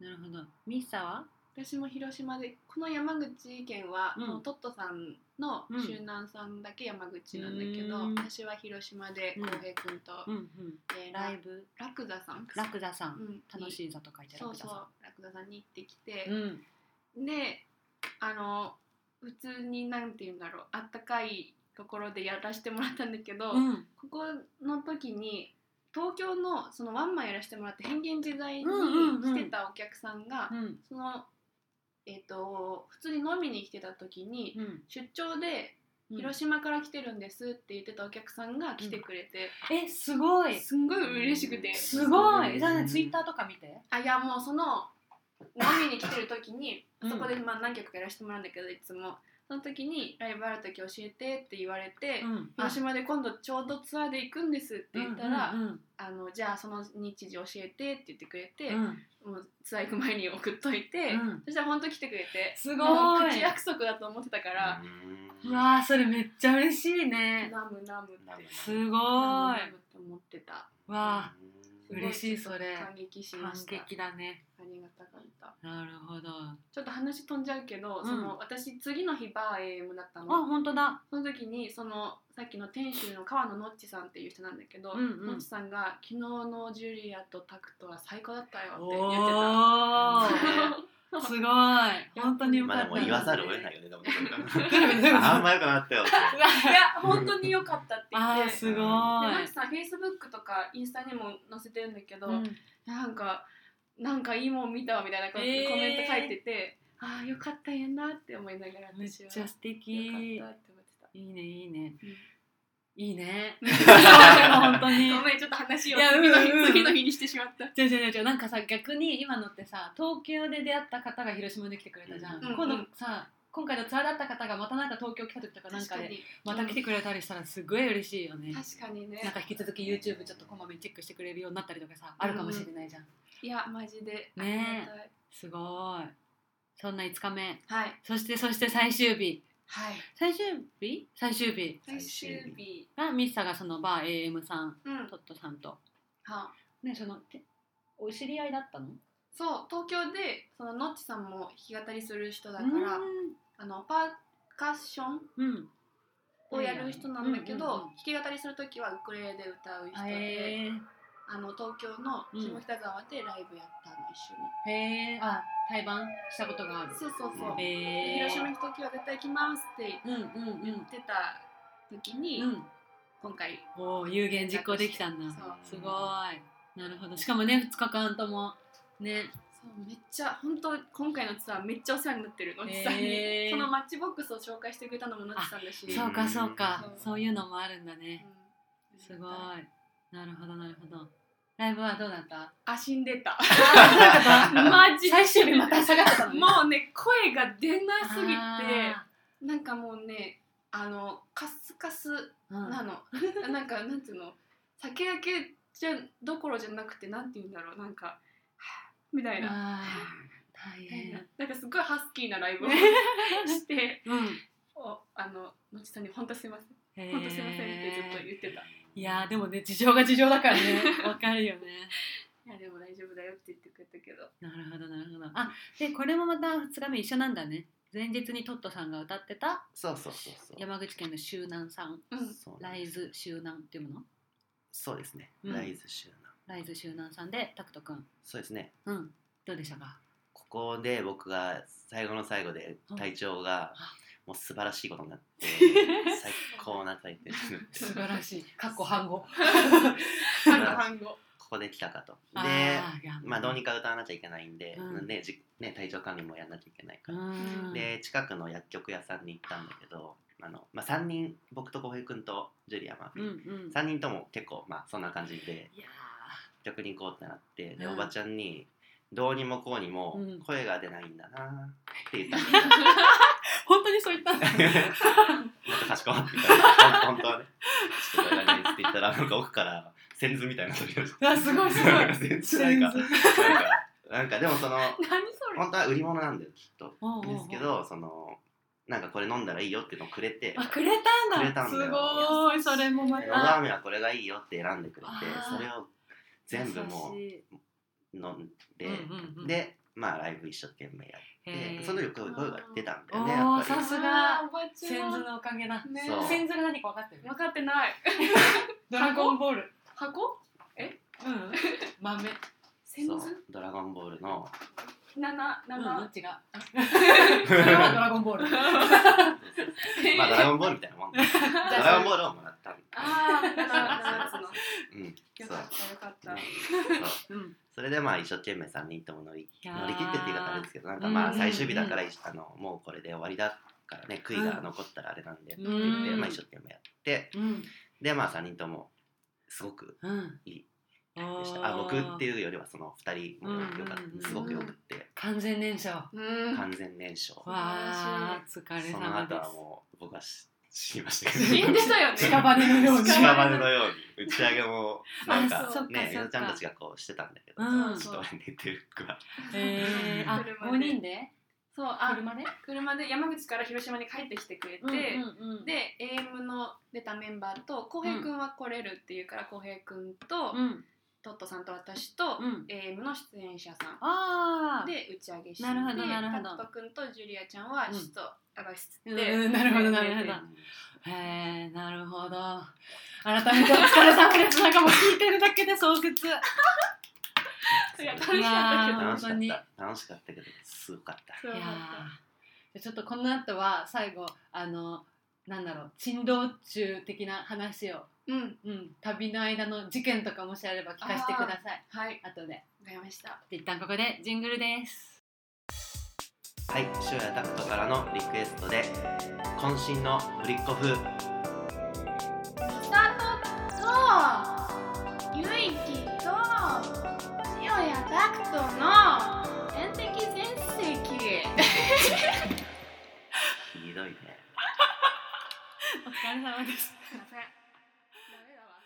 う。
なるほどミッサは
私も広島でこの山口県は、
うん
もうトットさんの周南さんだけ山口なんだけど、
うん
私は広島で
うん
浩平君と、
うんうん
えーラ
ラ
イ
イ
ブ
ブ
ラクザさん
ラクダさん
うん
楽
い
しい座と書いてラ
そう
ク
そ
ダ
う
さ
ラクザさんに行ってきて
ん、うん
であの普通になんて言うんだろうあったかいところでやらせてもらったんだけど、
うん
ここの時に東京のそのワンマンやらせてもらって変幻自在に
うんうんうん
来てたお客さんが、
うん
そのえっ、と普通に飲みに来てた時に、
うん
出張で広島から来てるんですって言ってたお客さんが来てくれて、
えすごい
すんごい嬉しくて、
すごいじゃあねツイッターとか見て
あいやもうその飲みに来てる時に、
うん
そこでまあ何曲かやらせてもらうんだけどいつもその時にライブある時教えてって言われて、
ん
広島で今度ちょうどツアーで行くんですって言ったら、
うんうん
あのじゃあその日時教えてって言ってくれて、
うんうん
もうツアー行く前に送っといて、
うん
そしたら本当来てくれて
す
もう
ごい
口約束だと思ってたから、
う
うんわーそれめっちゃ嬉しいね
ナムナムって
なるほど
すごい
ナムナムって思ってた
わあ
うん
嬉しいそれ
感激し
感
ました
激だね
ありがたかった
なるほどあ
ちょっと話飛んじゃうけど、その私次の日バー AM だったの
本当だ
その時にそのさっきの店主の川野のっちさんっていう人なんだけど、
うんうん
のっちさんが「昨日のジュリアとタクトは最高だったよ」
お
って言ってた。そ
お
う
すごい本当によ
ま
か
あ
っ
で
た
も言わざるを得ないよね、で も。ああん
あ
まよくなったよって。
いや本当に良かったって言って
あー
です
ごい
のっちさんフェイスブックとかインスタにも載せてるんだけど、
うん
なんかなんかいいもん見たわみたいな感じ
え
で
ー
コメント書いてて、ああよかったんやなって思いながら
めっ
私は
ちゃ素敵
よかったって思ってた。
いいねいいね
うん
いいね 本
ご
当に
めんちょっと話を
いや
次の日、
うんうん
次の日にしてしまった。
違う違う違うなんかさ逆に今のってさ東京で出会った方が広島で来てくれたじゃん、
うん
今度さ今回のツアーだった方がまたなんか東京来た時とかなんかで
に
また来てくれたりしたらすごい嬉しいよね、
確かにね
なんか引き続き YouTube ちょっとこまめにチェックしてくれるようになったりとかさあるかもしれないじゃん、
いやマジでありが
ね
たい
すごいそんな5日目
はい
そしてそして最終日
はい
最終日最終日
最終日
がミッサがそのバー AM さん
うん
トットさんと
は
ねそのてお知り合いだったの
そう東京でそのノッチさんも弾き語りする人だから
う
あのパーカッション
ーんうん
をやる人なんだけど、
うんうんうん
弾き語りする時はウクレレで歌う人で、
へ
あの東京の下北沢でライブやったの一緒に、
えへえあ対バンしたことがある
そうそうそう、
うん
で
へえ
広島に行く時は絶対行きますって
うんうん
言ってた時に、
うんうん
今回
おー有言実行できたんだ
そう
すごいなるほどしかもね2日間ともね
そうめっちゃ本当今回のツアーめっちゃお世話になってるのっちさんに
へー
そのマッチボックスを紹介してくれたのものっちさんだし
ん
そうかそうか
そう
そういうのもあるんだ
う
ね
ん
すごいなるほどなるほどライブはどうだ った
あ死んでた
あ
マジで
最終日また下がってたのね
もうね声が出な すぎ
あ
てなんかもうねあのカスカス
ーうん
なの、なんかなんつうの酒焼けじゃどころじゃなくてなんて言うんだろうなんかはぁみたいな、
あー大
みたいな
変
なんかすごいハスキーなライブを して
うん
おあののちさんに「本当すいません
へー
本当すいません」ってずっと言ってた。
いいやーでもね事情が事情だからね わかるよね
いやでも大丈夫だよって言ってくれたけど
なるほどなるほどあでこれもまた2日目一緒なんだね前日にトットさんが歌ってた
そうそうそうそう。
山口県の周南さん
うん
そう
ライズ周南っていうもの
そうですね。
うん
ライズ集団。
ライズ周南さんでタクトくん
そうですね。
うんどうでしたか
ここで僕が最後の最後で
うん
体調が
あ
もう素晴らしいことになって 最高な体調になっ て
素晴らしいかっこ半語
半後半後
ここで来たかと。
あ
で
ーいや
まあどうにか歌わなきゃいけないんで、
うん
ねじね体調管理もやんなきゃいけないか
う
ら、
ん
で近くの薬局屋さんに行ったんだけどあの、まあ、3人僕と小平君とジュリアマ
うんうん
3人とも結構まあそんな感じで
いや
逆に行こうってなってで、
うん
おばちゃんに「どうにもこうにも
うん
声が出ないんだな」って言 ったの
ー本当にそう言ったん だ
なんかかしこまって言ったら本当はね「ちょっと声が出ない」って言ったらなんか奥から扇子みたいなの取り出して
あすごい すごい
扇子なんかなんかなんかでもその
何それ
本当は売り物なんだよきっと。
おうおうおう
ですけどそのなんかこれ飲んだらいいよっていうのをくれて
あくれたんだ
くれたんだよ
すごいそれもま
「のが
た
飴はこれがいいよ」って選んでくれて
あー
それを全部も
優
う
しい
飲んで、
うんうんうん
でまあライブ一生懸命やって
へー
その時声声が出たんだよね
おー
やっぱ
さ
り
すが
あーおばち
先
ゃ
祖
ん
のおかげだ
ね
そう
先祖が何か分かってる
分かってない
ドラゴンボール
箱
うん豆
先祖
そうドラゴンボール の
七
うん
七
違う それはドラゴンボー ルじゃ
まあドラゴンボールみたい なもんだド
あ
ラゴンボールをもらったんだ
ああ七七つの
うんそ
よ
う
かったよかった
ねそう
うん
それでまあ一生懸命3人とも乗り
いやー
乗り切ってって言い方あれですけどなんかま
う
あ
ん
最終日だから、あのもうこれで終わりだからね悔いが残ったらあれなんでって言って、
うん
まあ、一生懸命やって
うん
でまあ3人ともすごく
うん
いい
お
でし
ー
たあ僕っていうよりはその2人もよかった、
うんうんうん
すごくよくって、
完全燃焼
うん
完全燃焼
ん
わあ疲れ
その
様
後
で
は
す
もう僕はし死にましたけど
死んでたよね
近場でのように
近場
近場のように打ち上げもなん
あそ
か
っか
ね
そっか
ゆずちゃんたちがこうしてたんだけど、
うん
ちょっと俺寝てるくわ
えーあ
車で
五人で
そうあ
車で
車で山口から広島に帰ってきてくれて、
うんうんうん
で AM の出たメンバーと浩平くんは来れるっていうから浩平くんと、
うん
トットさんと私と、
うん
AM の出演者さん
ああ
で打ち上げして
なるほどなるほ
タ
ど
クトくんとジュリアちゃんは
うん
ちょっと上が室で、
うんなるほどなるほど
ね
へえなるほど改めてお疲れ様ですなんかもう聞いてるだけで壮絶
いや楽
う
し
わ
かっ
ー
楽しか
本当に
った楽しかったけどすごかった
たけど
いやーちょっとこの後は最後あのなんだろう珍道中的な話を、
うん
うん、旅の間の事件とかもしあれば聞かせてください
はい
後で
わかりました
で一旦ここでジングルです
はい塩谷タクトからのリクエストで渾身のフリッコ風
とゆいきと塩谷タクトの天敵全席
ひどいね
お疲れ様です
すいませんダメだわ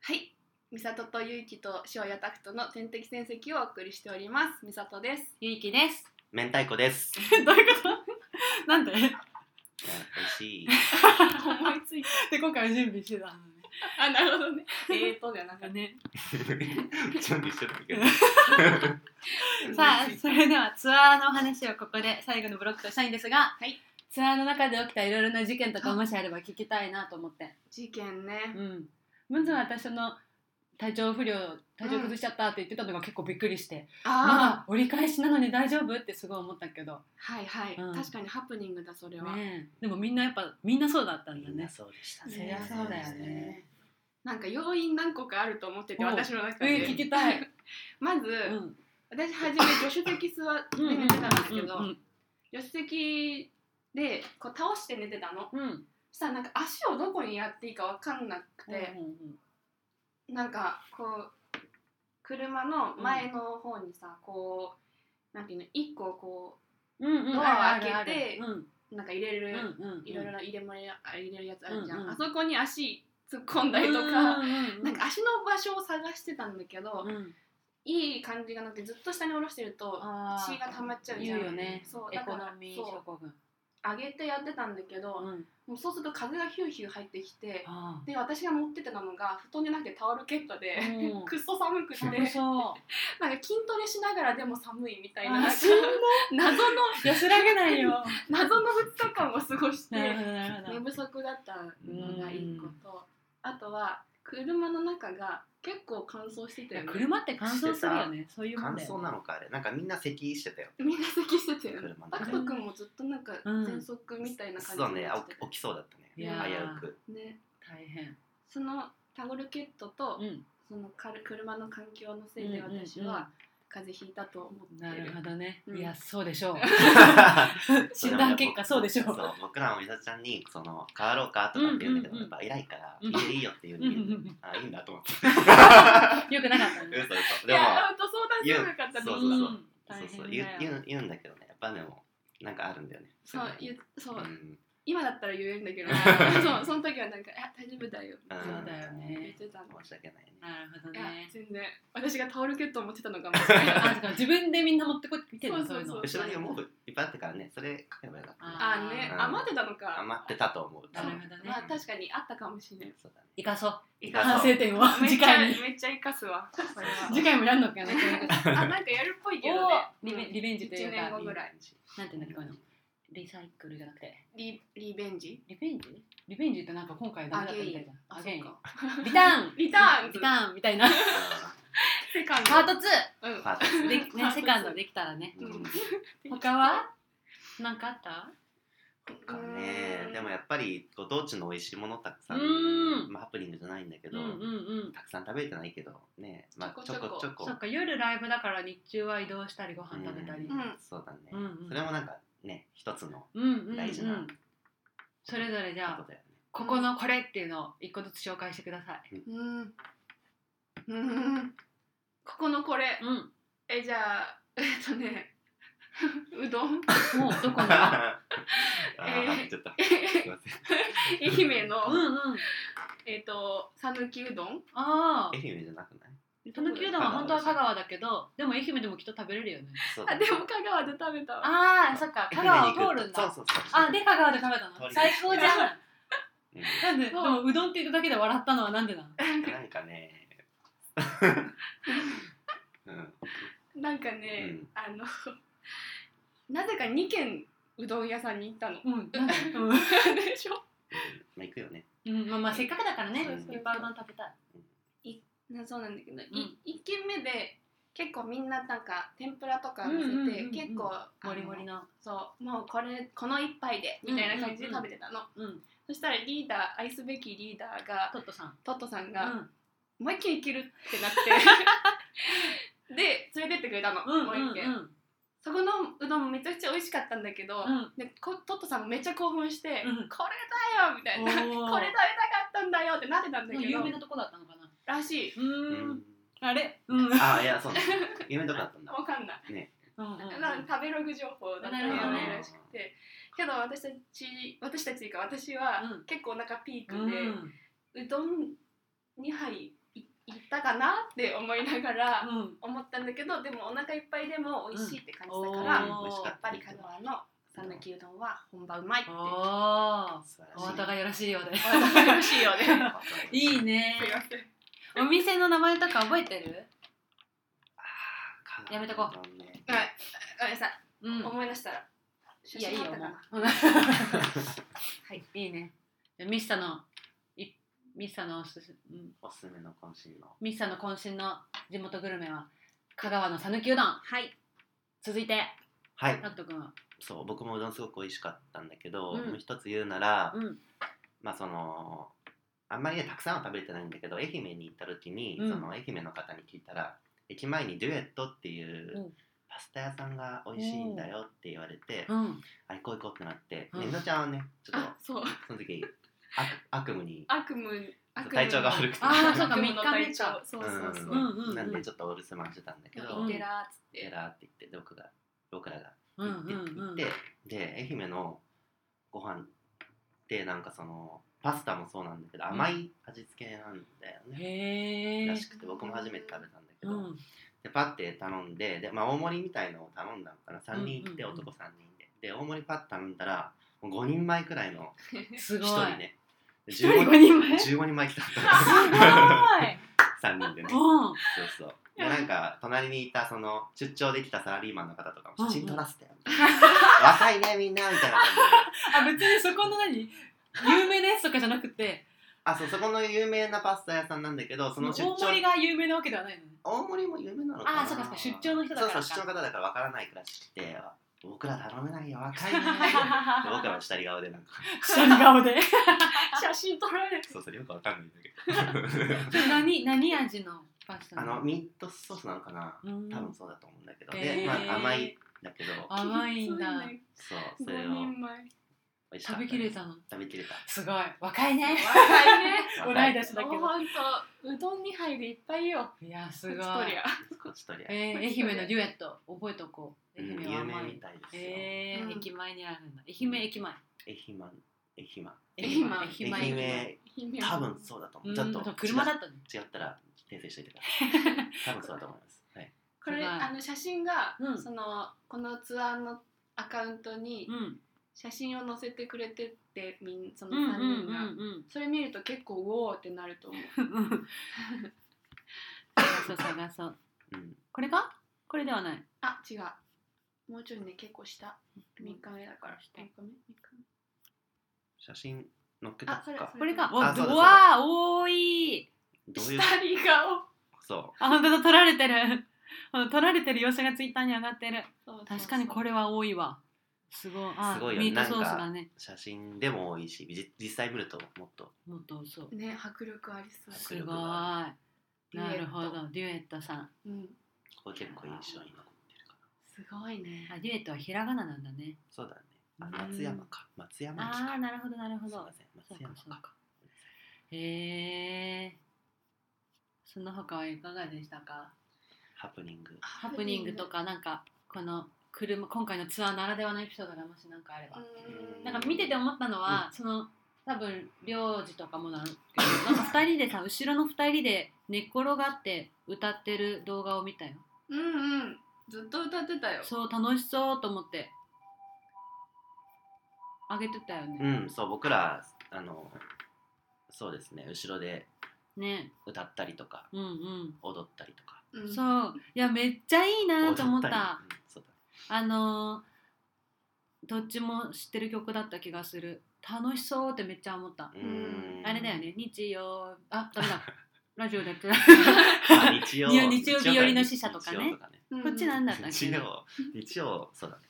はい美里とゆいきと塩谷タクトの天敵戦績をお送りしております美里です
ゆいきです
明太子です
どういうこと なんで
いや美味しい
思いついた
で今回は準備してたの
あなるほどね えーとじゃなく
ね
て
ね
準備してたけど
さあそれではツアーのお話をここで最後のブロックとしたいんですが、
はい
ツアーの中で起きたいろいろな事件とかもしあれば聞きたいなと思って
事件ね
うん、まずは私その体調不良体調崩しちゃったって言ってたのが結構びっくりして、ま
ああ
だ折り返しなのに大丈夫ってすごい思ったけど、
はいはい、
うん
確かにハプニングだそれは、
ねえ、でもみんなやっぱみんなそうだったんだ
みんな
ね。
そうでした
そりゃそうだよね
なんか要因何個かあると思ってて
おう
私の中
え
で、
ー聞きたい。
まず、
うん
私初め助手席座って寝てたんだけど、
うん
助手席でこう倒して寝てたの
うんうん
そしたらなんか足をどこにやっていいかわかんなくて、なんかこう車の前の方にさ、こうなんていうの一個こ
うんうんう
ド
ん
アを開けて
あるあるある
うなんか入れる、
うんうんうん
いろいろな入れ物や入れるやつあるじゃん、
うんうん
あそこに足突っ込んだりとか、
うんうんうん
なんか足の場所を探してたんだけど、
うん
いい感じがなくてずっと下に下ろしてると
あー
血が溜まっちゃうじゃ
言
ん
うよね。
そう
エ
だか
コ
ら
ノミー症候群。
上げてやってたんだけど、
うん、
もうそうすると風がヒューヒュー入ってきて
あ
で私が持ってたのが布団じゃなくてタオルケットで
あ、 うん、
くっそ寒くてなん
寒
か
そう
筋トレしながらでも寒いみたいな
あ
なんか
しんど
謎の
安らげないよ
謎の2日間を過ごして
なる
寝
ほどなるほど
不足だったのが1個とあとは車の中が結構乾燥して
い
たよ
や
ね
車って乾燥するよねそういうもん
乾
だよ、
燥なのかあれなんかみんな咳してたよ
みんな咳してたよね
車の
パ
中
クト君もずっとなんか
うん
喘息みたいな感じ
そうね
にな
あ
ってた
起きそうだったね
い
危
やー
うく
ね
大変
そのタオルケットと
うん
そのかる車の環境のせいで私
うんうんうん
は風邪ひいたと思って
なるほどね、
うん
いやそうでし ょう
そ う
診断結果そうでしょ
そう僕らも美里ちゃんにその変わろうかとかって言うんだけど、
うんうんうん
やっぱ偉いから
うん
家でいいよって言
う
う
んう
に、
んうん
あいいんだと思って
い
よくなかったね
嘘嘘でも
や本当相談してもよかった
そ
と
うそうそうんそ
大
う
変
そう
だ
言
よ
う言う言うんだけどねやっぱでもなんかあるんだよね
そう
い
ゆそううん今だったら言えるん だけどそうその時はなんか「あ大丈夫だよ」
うん
そうだよ
言っ
ね
てたの。
申し訳ないね
なるほど
いや
ね
全然私がタオルケットを持ってたのかもしれない
あそうか自分でみんな持ってこいって見てるの
そ
そう
そう
ういう
そう
の
後ろに毛布いっぱいあったからねそれ書けばよかったね
あね、
うん
余ってたのか
余ってたと思う多
なる
分
ほどね、
まあ確かにあったかもしれ ない
そうだね
生かそう
い
反省点を
めっ
次
ちゃ
回に
めっちゃ生かすわそれは
次回もやんのかな
あなんかやるっぽいけどね
おリベリベンジというか
1年後ぐらい
なんていうんだっけこういうのリサイクルじゃなくて
リリベンジ
リベンジリベンジってなんか今回ダメだったみたいじゃん
あ
ア
そ
ゲイ
う
ン
か
リターン
リターンズ
リターンみたいな
セカンド
パート2
うん
パート2
で、ね、セカンドできたらね
うん
他はなんかあった
かねでもやっぱりご当地の美味しいものたくさん
うん
まあハプニングじゃないんだけ
う
ど
んうんうん
たくさん食べてないけどねまあ
ち
ち
ょ
ょ
こ
こ
ち
ち
ょ
ょこ
そっか夜ライブだから日中は移動したりご飯食べたり
うん
うん
そうだね
うんうん
それもなんかね一つの
うんうんうん
大事な
それぞれじゃ
こ
あ
とだよね
ここのこれっていうのを一個ずつ紹介してください
うんうんここのこれ
うんも
えじゃあえっとねうど ん
うどこの
あー
えー
入っちゃったすいません
愛媛の、
うんうん
えっ、と讃岐うどん
あ あ
愛媛じゃなくない
たぬきうどんは本当は香川だけどでも愛媛でもきっと食べれるよね
そうだ
あ
ね
でも香川で食べたわ
ああそっか香川を通るん
そう
だ
そうそう
あで香川で食べた
通り
の
道
最高じゃん
うん
なんででもうどんって言っただけで笑ったのはなんでなの
なんかね うん
なんかね、
うん
あの なぜか2軒うどん屋さんに行った の
うんなんで
でしょ
まあ行くよね
うんうんまあまあせっかくだからね
そうそう
いっぱいうどん食べたい
なそうなんだけど、い
うん
一1軒目で結構みんななんか天ぷらとかのせて、
うんうんうんうん
結構あの
モリモリの
そうもうこれこの一杯でみたいな感じで食べてたの、
うん
そしたらリーダー愛すべきリーダーが
トットさん
トットさん
う
が、
ん
もう一軒行けるってなって で連れてってくれたの、
うん
も
う
うん一軒、そこのうどんもめちゃくちゃ美味しかったんだけど、
うん
でこトットさんもめっちゃ興奮して、
うん
これだよみたいな
おー
これ食べたかったんだよってなってたんだ
うん
け
有
ど
名なとこだったのかな
らしいう
う
ーん
ん
あれうんうん
あいやそうね夢とかだったんだ
わかんない、
うんうん
なんか食べログ情報だったよ
なるほど
ね
ね
らしくてけど私たち私たちが私は
うん
結構お腹ピー
う
クで、うんどん2杯いいったかなって思いながら
うん
思ったんだけどでもお腹いっぱいでも美味しいって感じだ
お
か
ー
ら、やっ
うん美味しかった
ぱり香川の讃岐うどんは本場うまいって
おお
素
お
晴
後がよろしいようで
私 らしいよね
らしい
いいね
すいません
お店の名前とか覚えてるやめとこ
うね
はいごめんなさい、
うん
思い出したら写
いやいい
真あ
よ
ったかな
もう はいいいねじゃあミッサのいミッサのおすすうん
おすすめの渾身の
ミッサの渾身の地元グルメは香川の讃岐うどん
はい
続いて
はい
なっとくんは
そう僕もうどんすごく美味しかったんだけど、
うん
もう一つ言うなら、
うん
まあそのあんまりねたくさんは食べてないんだけど愛媛に行った時に、
うん
その愛媛の方に聞いたら駅前にデュエットっていう、
うん
パスタ屋さんが美味しいんだよって言われて、
うん
あ行こう行こうってなって、
うん
ねみのちゃんはねちょっと
あそう
その時悪悪夢に
悪夢悪夢
体調が悪くて
あー そうか
悪夢の体調
三日
そうそうそう、
うんうんうん
なんでちょっとお留守番してたんだけど、
うん
インテラーっつっ
で
て、
らーって言って僕が僕らが
うん
行って,、
うんうん
行ってで愛媛のご飯ってなんかそのパスタもそうなんだけど甘い味付けなんだよね、
へえ
らしくて僕も初めて食べたんだ
う
けど、
ん
でパッて頼んでで、まあ、大盛りみたいのを頼んだのかな3人来て
うんうんうん
男3人でで大盛りパッて頼んだら5人前くらいの
す
1
ごい
人ねで
一人五人前
15人前来た
す ごい
3人でねそ
う
う
ん
そうでなんか隣にいたその出張できたサラリーマンの方とかも写真撮らせ てよみたいな若いねみんなみたいな感じで
あ別にそこの何有名なやつとかじゃなくて
あそうそこの有名なパスタ屋さんなんだけどその
大
出張
盛りが有名なわけではないのね
大盛りも有名なのかな
あそうかそうか出張の人だからか
そうそう出張の方だからわからないくらしくて僕ら頼めないよ 若いねで僕らは下り顔でなんか
下に顔で
写真撮られる
そうそれよくわかんないん だけど
何何味のパスタ
あ
な
のミートソースなのかな
うん
多分そうだと思うんだけど、
へ
で、
ー
まあ、甘いんだけど
甘いんだ
そ
5
うそれを
人前
美味しか
食
った
べ
です
きれたの
食べきれた
すごい 若いね
若いね
同い年だけど
もうほんとうどん2杯でいっぱいよ
いやす
す
ごい
ごい
こっちとりあえ
えー、愛媛のデュエット覚えとこう
ず、
愛
うん、
媛は
有
甘
名み
い
たいですよ、
えー
うん
駅前にあるんだ愛媛駅前
愛媛愛媛
愛媛
駅前
愛媛多分そうだと思う、ちょっ
うん
と
車だったね
違ったら訂正しといてくだ さい多分そうだと思います、はい、
これ
すごい
あの写真が、
うん
そのこのツアーのアカウントに
うん
写真を載せてくれてってみんその
うんうん
3人が、
うん
それ見ると結構うおーってなると思う
うん探そう探そう
うん、
これかこれではない
あ違うもうちょいね結構下3日目だから
下
3日目三
写真載っけた
日目あそれ
か
そ
これかおう
あそうだそうだ
わー多い
どういう
下に顔
そ
あ本当だ撮られてる うん撮られてる様子がツイッターに上がってる確かにこ
れ
れは多いわすごいあ
すごいよ
ミー
な
ト
んか
ソースだね
う写真でも多いしじ実際見るともっと
もっとそう
ね迫力ありそう
すごい
力が
なるほ
デュエッ
どデュエットさん
トうん
これ結構印象に残ってるかな
すごいね
あデュエットはひらがななんだね
そうだねあ
うん
松山か松山駅
あ
か
あなるほどなるほ
すい
ど
ません
そうか
松山
そう
か
かへえその他はいかがでしたか
ハプニング
ハ
ハプニングとかなんかこの車今回のツアーならではのエピソードがもし何かあれば、
うん
なんか見てて思ったのは、その多分領事とかもなんだけどなんか2人でさ 後ろの2人で寝っ転がって歌ってる動画を見たよ
うんうんずっと歌ってたよ
そう楽しそうと思ってあげてたよ
う
ね、
んそう僕らあのそうですね後ろで
ね
歌ったりとか
うんうん
踊ったりとか
うん
そういやめっちゃいいなと思った
踊りうんそうだ
あのーどっちも知ってる曲だった気がする楽しそうってめっちゃ思った、
うん
あれだよね日曜あダメだラジオでやってた
あ日曜
日曜 日曜日寄りの使者とかね
日曜ね
うん
こっちなんだったっけ
日曜日曜そうだね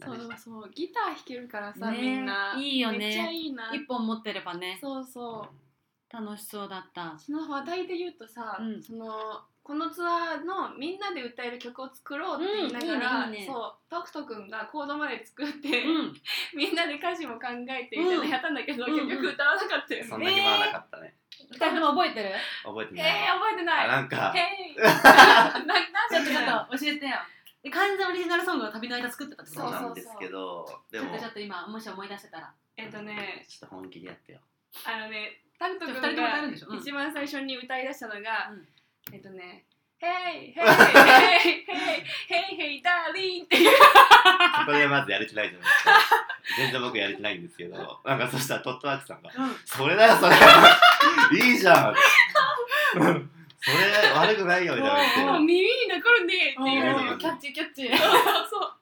そう
何でした
そうギター弾けるからさ、
ね
みんない
いよね
めっちゃいいな
一本持ってればね
そうそう
楽しそうだった
その話題で言うとさ、
うん
そのこのツアーのみんなで歌える曲を作ろうって言いながら、
うんいいねいいね
そうトクト君がコードまで作って、
うん
みんなで歌詞も考えてみたいなのやったんだけど、
うん
結局歌わなかったよね、
そんな暇はなかったね
2人とも覚えてる
覚えて
え
ない
ー、覚えてない
あなんか
へい な なん
ちょっと
で
ちょ
だ
っと教えてよえ完全オリジナルソングを旅の間作ってたってこ
そ
と
う
そう
なんですけどでも
ちょっとちょっ
ち
と今もし思い出せたら
えっとね
ょっと本気でやってよ
あのねタクト君
じゃあ二人とも歌えるんでしょう
が
ん
一番最初に歌い出したのが、
うん
えっとね「ヘイヘイヘイヘイヘイヘイダーリン」っていう
そこでまずやる気ないじゃないですか 全然僕やる気ないんですけどなんかそしたらトットワークさんが
うん
「それだよそれいい じゃんそれ悪くないよ」みたいな
もう
言って
耳に残るねっていう
おー
キャッチキャッチそうそう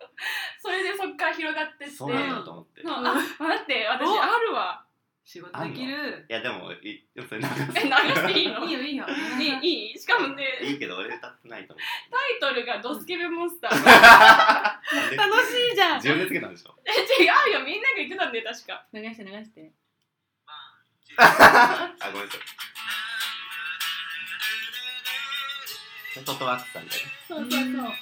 それでそっから広がってって
そうなんだと思ってい
そうあ待って私
お
あるわ
仕事できる
やでもい いそれなんか
え流していいの
いいよいいよ
いいいいしかもね
いいけど俺歌ってないと思
タイトルが「ドスケベモンスター」
う
楽しいじゃん
自分でつけたんでしょ
え違うよみんなが言ってたんだよ確か
流して流して
あ、ごめんなさい。ちょっとワークさんだよね。
そうそうそう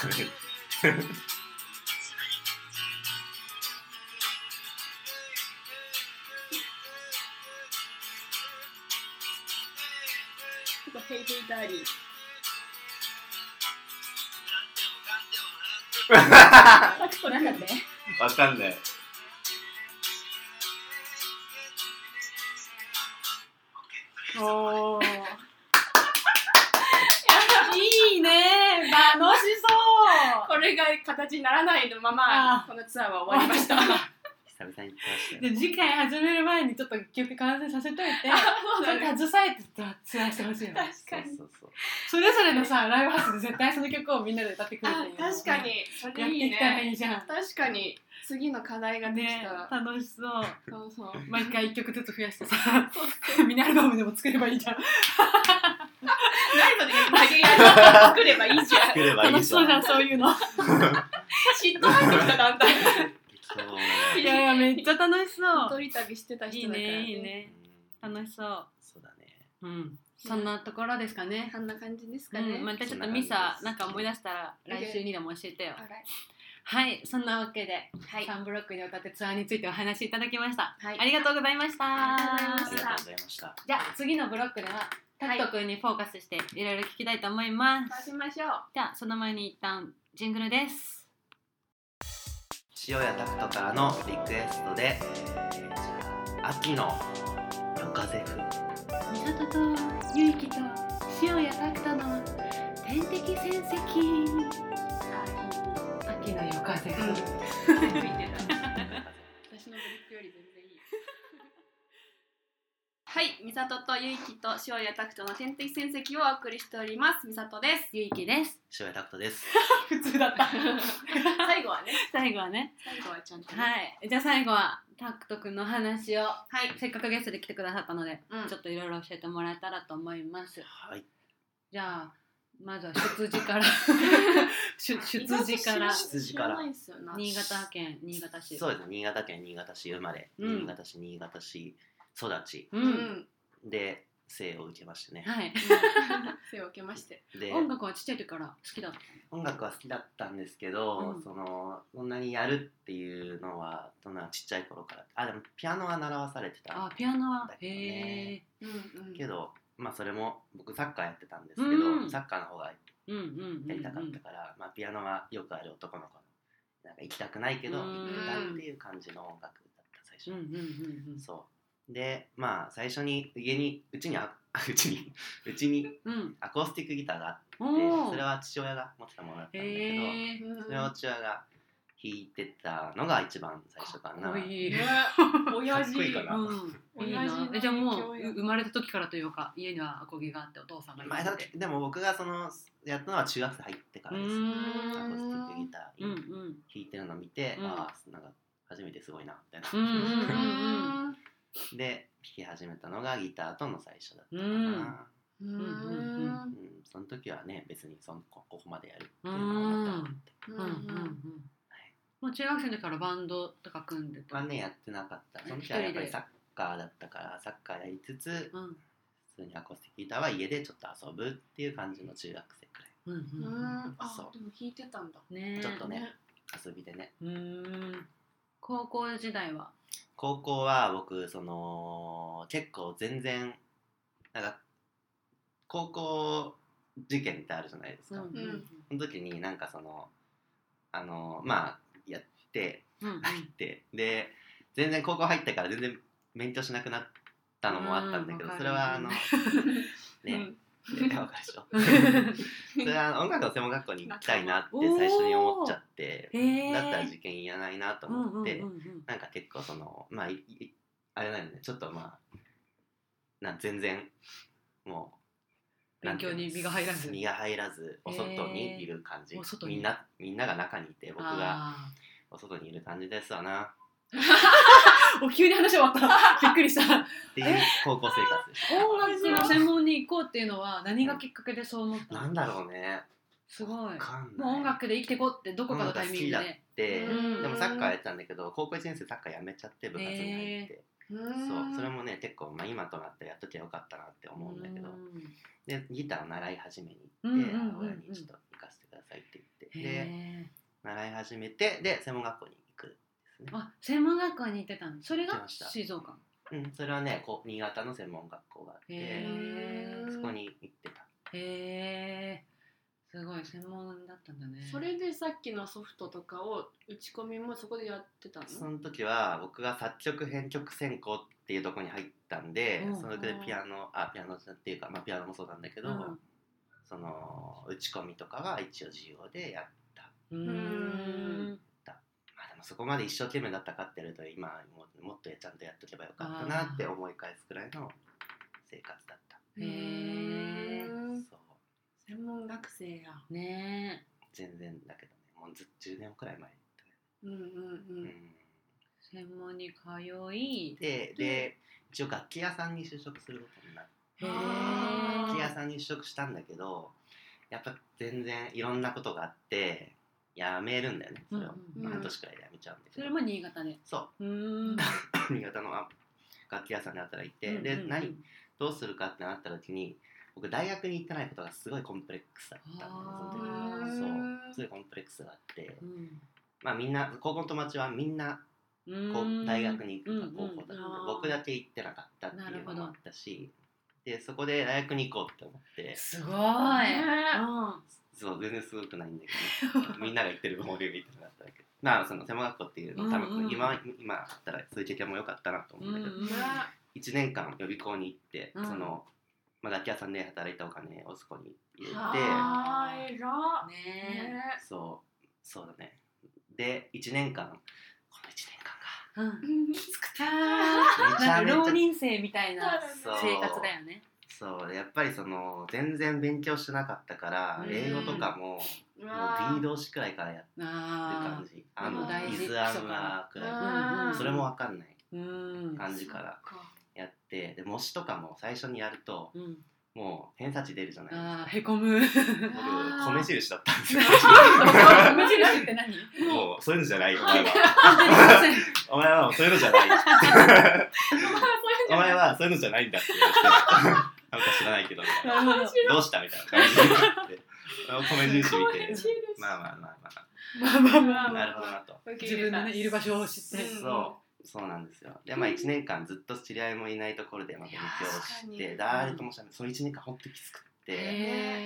これ
ちょっと「ヘイヘイダーリン」タクトなんだって
わかんない。
おーこれが形にならないのまま
あー
このツアーは終わりま した。
久々に行きましたよ
で次回始める前にちょっと曲完成させといて
そう
そ
だ
れ
ね。
携えてツアーしてほしいの
確かに。
そうそうそう
それぞれのさライブハウスで絶対その曲をみんなで歌ってくる
あ
っていう
確かにそ
やっ
れ
て
いい
いったら
ね。
いいじゃん
確かに次の課題ができ
ね
た。
楽しそう
そうそう。
毎回一曲ずつ増やしてさミニアルバムでも作ればいいじゃん
ライブで投げやり作ればいいじゃん。
作ればい
楽
い
し
じ
そうじゃ
ゃん
んそういうの
嫉妬入ってきた団体。
適当ない
やいやめっちゃ楽しそう
一人旅してた
いい
人だから。
ねいい。ね
うん
楽しそう
そうだね
うんそんなところですかね
こんな感じですか
うん、
ね
ま。たちょっとミサなんか思い出したら来週にでも教えてよ
あら
はいそんなわけで、
はい
サンブロックにわたってツアーについてお話しいただきました、
はい
ありがとうございました
ありがとうございまし
あり
た
がとうございました
じゃあ次のブロックではタクト君にフォーカスしていろいろ聞きたいと思います、
そうしましょう。
じゃあその前に一旦ジングルです
塩やタクトからのリクエストで、えーじゃあ秋の夜風風
美里とゆいきと塩やタクトの天敵戦績秋の夜風が、
私のブリックより全然いい。はい、美里とゆいきと塩谷拓人の天敵戦績をお送りしております。美里です。
ゆいきです
塩やタクト です
普通だっ た
最後はね、
最後はね
最後はちゃんとね、
はいじゃあ最後はタクト君の話を
はい。
せっかくゲストで来てくださったので、
うん
ちょっといろいろ教えてもらえたらと思います
はい
じゃあまずは出自 から出出自から
出自
知
からら
ないんすよな。
新潟県新潟市
そうですね新潟県新潟市生まれ、
うん
新潟市新潟市育ち
う、
うんん。
で生を受けましてね、
はい
背を受けまして。
で
音楽はちっちゃい時から好きだった
音楽は好きだったんですけど、
うん
そのそんなにやるっていうのはそんなちっちゃい頃からあでもピアノは習わされてた
あピアノは
だけど
へえ
ね
うんうん。
けどまあそれも僕サッカーやってたんですけど、
うん
サッカーの方が
うんうんうん
やりたかったから、まあ、ピアノはよくある男の子のなんか行きたくないけど
うん
行ってたっていう感じの音楽だった最初、
うんうんうん
そうでまあ最初に家にうちにあ うちにうちに
うんうん
アコースティックギターがあって
おお
それは父親が持ってたものだったんだけど、
へえ
うん
それを父親が弾いてたのが一番最初かな
かっこいい
ね親
かっこい
父
いかな
うん、
同
いい
じ
な
の
えじゃあも
教
う
養
う生まれた時からというか家にはアコギがあってお父さんがいて
前だってでも僕がそのやったのは中学生入ってか
う
ら
ー
です、アコ
ん
ースティックギター
うんう
弾
ん
いてるの見て、
うん
ああなんか初めてすごいなみたいな、
うんうんうん
で弾き始めたのがギターとの最初だった
う
かな、
ん
うん
うん
うんその時はね別にそのこここまでやるって
う
い
んう
うのはなかった
ん
の
うんうんもう中学生の時からバンドとか組んで
は
た、
ねやってなかったその時
一人
は
で
やっぱりサッカーだったからサッカーやりつつ
うん
普通にアコースティックギターは家でちょっと遊ぶっていう感じの中学生くらい
うん
うんうんあ
そう
でも弾いてたんだ。
うん、ねえ
ちょっとね遊びでね
うーん高校時代は
高校は僕その結構全然なんか高校受験ってあるじゃないですか、
うん
その時になんかそのあのまあやって
うん
入ってで全然高校入ってから全然勉強しなくなったのもあったんだけど
うん
それはあ の
わか
ね
うん
絶対わかるでしょ それは音楽の専門学校に行きたいなって
おー
最初に思っちゃって
へえ
だったら受験いらないなと
うんうん
思
う
っ
ん
て、
うん
なんか結構そのまあいいあれなんだねちょっとまあなん全然もう
勉強に身が入らず
身が入らずお外にいる感じ、
へーお外に
みんなみんなが中にいて僕が
あ
お外にいる感じですわな
ーお急に話終わった びっくりした
っていう高校生活でし
音楽の専門に行こうっていうのは何がきっかけでそう思ったたの
なんだろうね
すごい
わか
も
ん
う
ない
音楽で生きていこうってどこかのタイミング
音楽
で
で
うん
でもサッカーやってたんだけど高校1年生サッカーやめちゃって部活に入って、そうそれもね結構、まあ、今となってやっときゃよかったなって思うんだけど、
うん
でギターを習い始めに
う
行
んうん
っ
うん
て、
うん
親にちょっと行かせてくださいって言って、で
へえ
習い始めてで専門学校に行く、
あ専門学校に行ってたのそれ
行って
が
ました
静岡
うん、それはねこう新潟の専門学校があっ
へ
て
え
そこに行ってた
へえすごい専門だったんだね
それでさっきのソフトとかを打ち込みもそこでやってたの
その時は僕が作曲編曲専攻っていうところに入ったんで、
うん
その時でピアノあピアノっていうか、まあ、ピアノもそうなんだけど、
うん
その打ち込みとかは一応授業でやった
うー
ん
ん
まあでもそこまで一生懸命戦ってると今ももっとちゃんとやっとけばよかったなって思い返すくらいの生活だった、
へえ
そう
専門学生や。
ねえ
全然だけどねもうずっと10年くらい前、
うんうん
う
うん。
ん、
専門に通い
でで一応楽器屋さんに就職することになって
へえ
あー
楽器屋さんに就職したんだけどやっぱ全然いろんなことがあってやめるんだよねそれを、
うんうん
まあ半年くらいでやめちゃうんだけ
そ
ど
れも新潟で
そう
ーん
う新潟のあ楽器屋さんで働いて、で何どうするかってなった時に僕大学に行ってないことがすごいコンプレックスだったんだよねそ
あ
の時
ー
そうすごいコンプレックスがあってまあみんな高校の友達はみんなこう大学に行くか高校だった僕だけ行ってなかったっていうのもあったしでそこで大学に行こうって思って
すごい
ね
そう全然すごくないんだ けど、ね、みんなが行ってる方流みたいなのがあったんだけどまあその狭学校っていうの多分、
うんうん
今今あったらそういう経験も良かったなと思うんだけど、
ね
1年間予備校に行って、
うん
その、まあ、楽器屋さんで働いたお金をそこに入れて
はーい、ら。
ね
ね。
そうそうだねで1年間この1
え
きつくて。うん
年間がめちゃ
なんか
めちゃ
浪人生みたいな
そう
生活だよね
そうやっぱりその全然勉強してなかったから
うん
英語とかもも
う
う B
ド
同士くらいからやってる
あ
感じ
あー
あ
で
の
も大
イ
事
ズアムラくらいから
うんうん
それもわかんない
ーうん
感じからやってで模試とかも最初にやると
うん
もう偏差値出るじゃないです
あ
か
ーへこむ
あー
僕米印だったんですよ
無印って何
もうそういうのじゃないよお前は
あ全然
お前はもうそういうのじゃないお前はそういうのじゃないんだって言われ てなんか知らないけどみたいな
なるほど
どうしたみたいな感じになって米印見てまあまあまあま
まあまあまあ
あなるほどなと
自分のねいる場所を知っ
う
て
ん
そうそうなんですよでまあ1年間ずっと知り合いもいないところでまあ勉強し
いや
て
ー
誰ともしゃべその1年間ほんときつくって
へ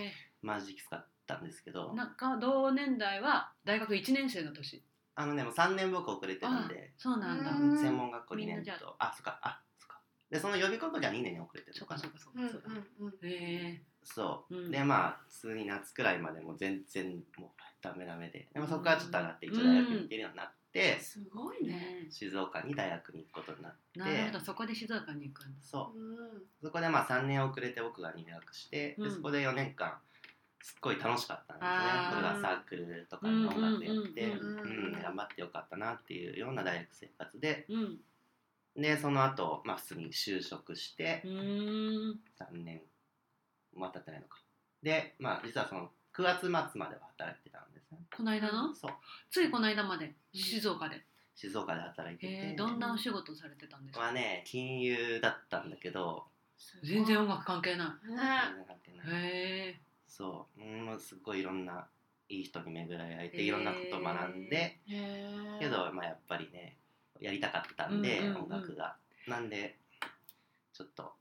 え
マジできつかったんですけど
なんか同年代は大学一年生の年
あのねもう3年僕遅れてるんで
そうなんだ
うん
専門学校2
みんな
年
じゃ
とあそっかあそっかでその予備校の時は2年に遅れてる
そ
の
うか
か
そう
な
かそう
うんう
かそ
ん
うか
うん。
へえ
そう、
うん
でまあ普通に夏くらいまでもう全然もうダメダメででもそこからちょっと上がって一応大学に行けるようになって、
すごいね。
ね
静岡に大学に行くことになって
えなるほどそこで静岡に行くんです
そう
うん
そこでまあ3年遅れて僕が入学して、
う
で
ん
そこで4年間すっごい楽しかったんですね
あ
ー
僕がサークルとかの音楽やって
うん
うんうんうん
うん頑張ってよかったなっていうような大学生活で
うん
でその後、まあ普通に就職して
うーん
3年また経ってないのかでまあ実はその9月末までは働いてたんですね
この間の
そう
ついこの間まで静岡で
静岡で働いて
へ
て
えどんなお仕事されてたんですか
はね金融だったんだけど
全然音楽関係な
ね。
全然関係ない
いへえ
そう、うん、もうすっごいいろんないい人に巡られ
へ
て
ー
いろんなこと学んで
へー
けど、まあ、やっぱりねやりたかったんで、
うんうんうん
音楽がなんでちょっと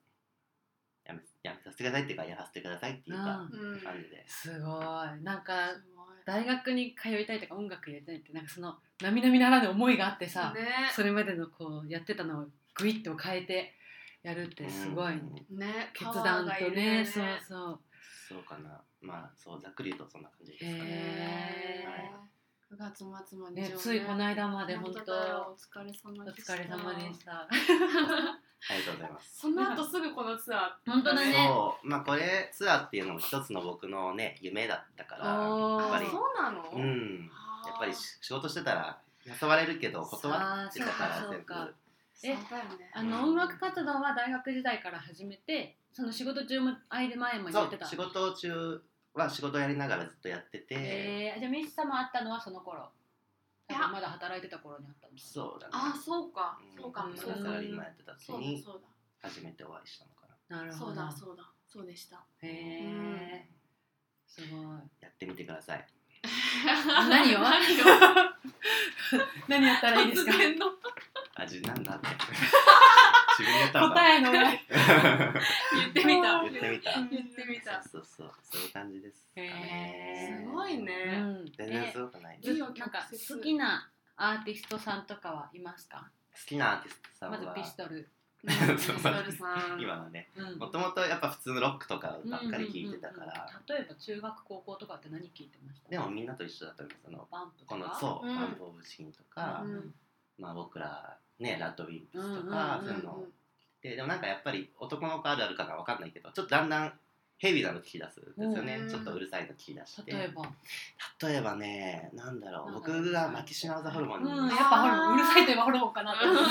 やめやめさせてくださいっていうかやらせてくださいっていうか
うん
うん
感じで、
すごいなんか
すごい
大学に通いたいとか音楽やりたいってなんかその並々ならぬ思いがあってさ、
ね
それまでのこうやってたのをグイッと変えてやるってすごい、
うん
ね
決断とねそうそう
そうかなまあそうざっくり言うとそんな感じですかね、
へ
へ
はい
ー9月末まで
ねついこの間まで本
だよ
当
お疲れ様
お
でした
疲れ様でした
ありがとうございます
その後すぐこのツアー
本当だね
そうまあこれツアーっていうのも一つの僕のね夢だったから
おー
やっぱ
あ
り
そうなの
うん
あー
やっぱり仕仕事してたら誘われるけど断ってたか
あ
ら
ーそ
全
う
部
かそうか
そうだよね
あの音楽活動は大学時代から始めてその仕事中も間前もやってた
そう仕事中は仕事やりながらずっとやってて、
えー、じゃあミッシさんも会ったのはその頃
い
多
や
分まだ働いてた頃に会ったんです
そうだね
あそうかそうかも
ん
そう
サ
だ
ラ
ね
リーマンやってた時
そうだ
に
そう
初めてお会いしたのかな
な
だ
る
そ
ほ
う
ど
だそうだそうでした
へえすごい
やってみてください
何を
何を
何やったらいいです か
突然の
味なんだって 自分でやったのかな
答えの裏
言ってみ た
言ってみた
言ってみた
そうそうそうそういう感じですか
へ
ね
すごいね
うん
全然すごくない、
え
好
いいよ
なんか
曲折
好きなアーティストさんとかはいますか
きなアーティストさん
まず
は
ピストル
ね
そう
ミドルさん
今はね
うん
もともとやっぱ普通のロックとかばっかり聴いてたか
うんうんうん
ら
うん例えば中学高校とかって何聞いてました
でもみんなと一緒だと思うその
バンプと
こ
か
のそう
うん
バンプ・オブ・チキンとか
う、ん
まあ僕らねラッドウィンプスとか、
うん
そういうのをででもなんかやっぱり男の子あるあるかなわかんないけどちょっとだんだんヘビーなの聞き出すんですよね、
うん
ちょっとうるさいの聞き出して
例えば、
例えばねなんだろ
な
う
んだろう
僕がマキシマウザホルモンに
うん、やっ
す
ぱホルモンうるさいといえばホルモンかなと思う
っ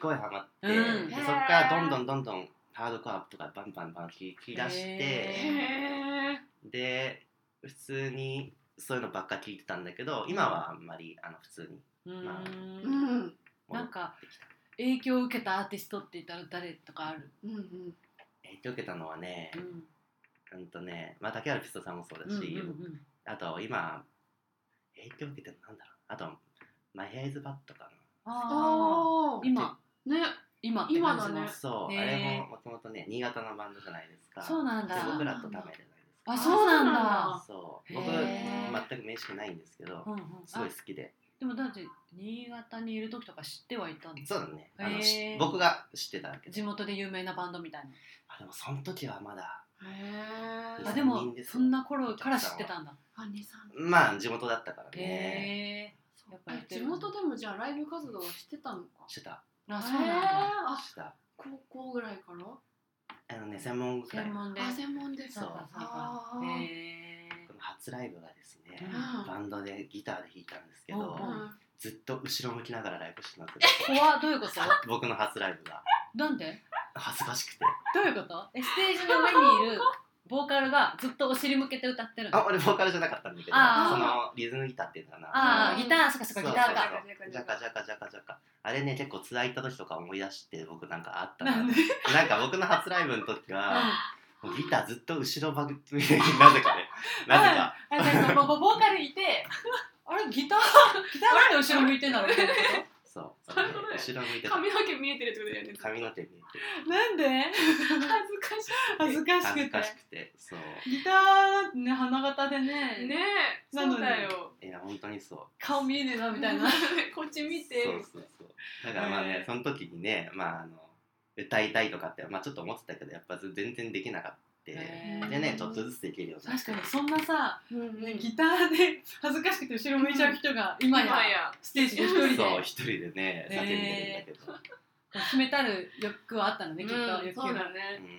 ごいハマって、
うん
でそっからどんどんどんどんハードコアとかバンバンバン聞き出し
へ
て
え
で普通にそういうのばっか聞いてたんだけど今はあんまりあの普通に
うん
まあ
うんうん
なんか影響を受けたアーティストって言ったら誰とかある、
うん
影響受けたのはね、
ん
うんとね、まあ、竹原ピストさんもそうだし、
ん、
あと今影響受けてるのなんだろうあとマイ・ヘイズ・バットか
ああ
ああ
今
ね
今って感
今
じの
だ
な
ね
そう、
へー
あれももともとね新潟のバンドじゃないですか
そうなんだ
で僕らとダメじゃないですか
あそうなんだ
あ
そう
へ
僕
ー
全く面識ないんですけど
うんうん、
すごい
あ
好きで
でもだって新潟にいる時とか知ってはいたんです
そうだねあ
へ
の
ー
し僕が知ってただけで
地元で有名なバンドみたい
あでもその時はまだ
へ
う
なんあでも
三人です
そんな頃から知ってたんだ
あ二三
まあ地元だったからね
へえやっぱやって
地
る
元でもじゃあライブ活動はしてたのか
してた
あそうなん
へ
だ
ーあ
してた
高校ぐらいから
あのね専門学
専
校
門で
あ専門で
そうかそうか
あー
へえ
の初ライブがですね
うん
バンドでギターで弾いたんですけ
う
ど
ん
うん
ずっと後ろ向きながらライブしてた んですよ
怖っどういうこと
僕の初ライブが
なんで
恥ずかしくて
どういうことえステージの上にいるボーカルがずっとお尻向けて歌ってるの
あ俺ボーカルじゃなかったんだけどそ
あ
のリズムギターっていうのかな
あ
ー
ーギターそっかそっか
そう
ギ
そう
ター
が
か
そうジャカジャカジャカジャカあれね結構つらいった時とか思い出して僕なんかあったななんか僕の初ライブの時はもうギターずっと後ろばくな ぜかねなぜか
うんなんかこうボボーカルいてあれギターギターなんで後ろ向いてんだろうみたいなこ
そうそ
そうい
れ
うこ
で
とだよ
後ろ向いてた
髪の毛見えてるってことだよね
髪の手見えて
となんで
恥ずかし
恥ずかしく
恥
て
ずかしくてそう
ギターね花形でね
いねえ
なの
そう
に
だよ
いや本当にそう
顔見えねえなみたいな
こっち見て
そうそうそうだからまあ
へ
ね
ー
その時にねまああの歌いたいとかってまあちょっと思ってたけどやっぱ全然できなかった
へ
ー
でねちょっとずつできるようになって
確かにそんなさ、
うんうん
ねギターで恥ずかしくて後ろ向いちゃう人が今
今
や
や
ステージで一人で
そう一人でね叫んでるんだけど、
決めたる欲はあったのねきっと
うん
欲
そう
求が
だね
うん不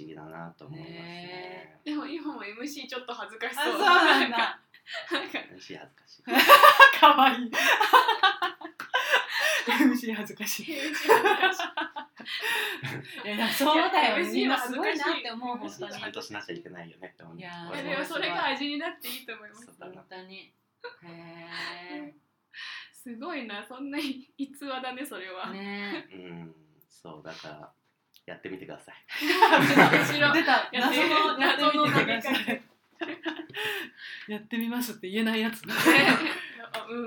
思議だなと思いますね。
でも今も MC ちょっと恥ずかし
あ
そう
そう な
なん
んだ
か
嬉しい恥ずかしい。
かわいい。MC 恥ずかしい。
MC 恥ずかし
いやいやそうだよ、ね。
いや MC
今
は
す
す
ご
ご
い
い
な
な
っ
ってて
思う本
ち
当
ゃ
に。
んとしなきゃいけないよねって思う。
いやー
い
俺
い
も
でもそれが味になっていいと思います
そうだ
本
な。
当に。へ
すごいなそんな 逸話だねそれ
え。
は、
ね
うん、そうだからやってみてください。
後ろ
出た
やって
謎の
謎の
やってみてくださ
投げか
い。やってみますって言えないやつ。
あ うん。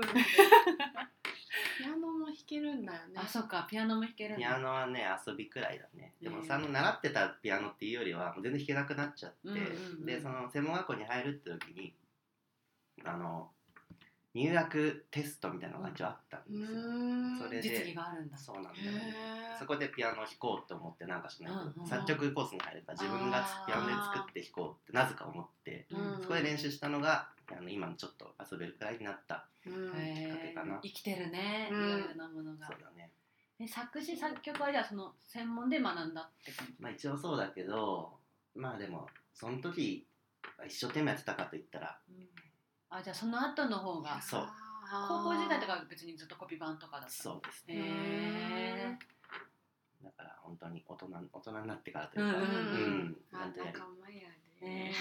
ピアノも弾けるんだよね。
あ、そっか、ピアノも弾けるん
ピ
だ
アノはね遊びくらいだね。で
う
も
ん
その習ってたピアノっていうよりはもう全然弾けなくなっちゃって、
うんうんうん
でその専門学校に入るって時にあの入学テストみたいなのが一応あったん
う
ですよ。
ーん。
それ
実技があるんだ。
そうなんだよ
へ
ね。
ー
そこでピアノを弾こうと思ってなんかしないと、
うんうん
作曲コースに入れば自分が
あー
ピアノで作って弾こうってなぜか思って
うん
そこで練習したのがあの今のちょっと遊べるくらいになった
うん
へ
きっかけ
え
かな
生きてるね、
うん
いろいろなものが
そう。だね、
え作詞作曲はじゃあその専門で学んだって感じ。
まあ、一応そうだけどまあでもその時一生懸命やってたかといったら
あじゃあその後の方が
そう
高校時代とか
あ
は別にずっとコピー版とかだった
そうです
へ
ね
え
だから本当に大人大人になってからという
ー
か、
うん
うん
あ
なんて
仲
ね
間やで。
ね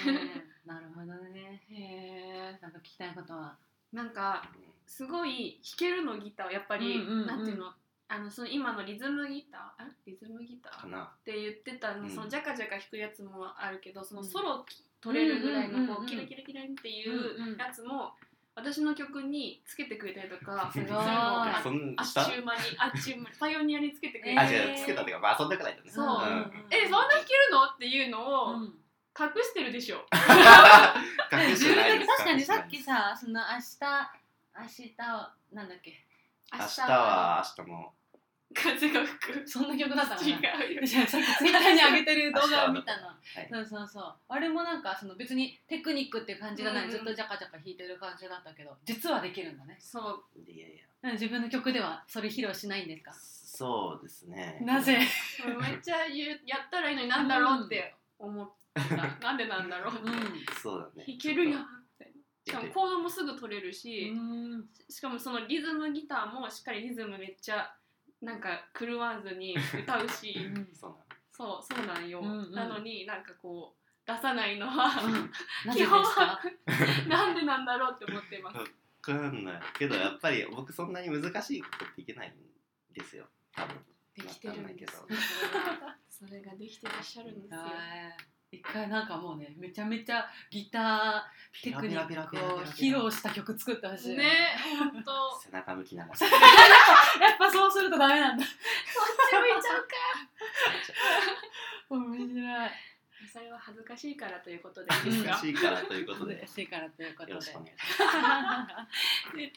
えなるほどね
へー
なんか聞きたいことは
なんか
うん
すごい弾けるのギターはやっぱり、
うんうんうん
なんていうのあのその今のリズムギターあリズムギター
か
っ
な
て言ってたの、
うん
そのジャカジャカ弾くやつもあるけどその
うん
ソロ取れるぐらいの
うんうんう
こ
んうん
うキラキラキランってい
んうん
うやつも私の曲につけてくれたりとか
すごい
そういうのも
あ
そん
あ
な
っ
した
ちゅう間にあっちゅう間にパイオニアにつけてくれ
えー
て、
あ違うつけたというかまあ遊んでくらいだね
そうんえそんな弾けるのっていうのを
うん
隠してるでしょ、
隠して
自
な
分
い
で
で
す 確かに
隠してな
さ
い
っきさその明日明日なんだっけ
明日は明日も
風が吹く。
そんな曲だったのか
違
な
う よ。
さっきツイッターに上げてる動画を見たの、
い
そうそうそうあれもなんかその別にテクニックって感じがない、
うんうん
ずっとジャカジャカ弾いてる感じだったけど実はできるんだね
そう。
いやいや
うん自分の曲ではそれ披露しないんですか
そうですね
なぜ
めっちゃ言うやったらいいのになんだろうって思 った。なんでなんだろうって。
そうだね
弾けるやん
ちょっ
って。し
と
かもコードもすぐ取れるし、
ん
しかもそのリズムギターもしっかりリズムめっちゃなんか狂わずに歌うし、
そうなの
そうそうなんよ。
うんうん
なのになんかこう出さないの は基
なぜでし
本
た
はなんでなんだろうって思ってます。
わかんないけどやっぱり僕そんなに難しいことっていけないんですよ多分
できてるんですよ
わか
それができてらっしゃるんですよ。
はい一回なんかもうねめちゃめちゃギターテクニッ
ピラ
ク
ピラピラピ
を
ラ
披露した曲作ってほしいよ
ね、本当。こ
背中向きながらそう
やっぱそうするとダメなんだ
っち向いちゃうか。
面白い
それは恥ずかしいからということでいいです
難
か。
しいからということで
難しいからということ
よろしくお
で
願いし
絶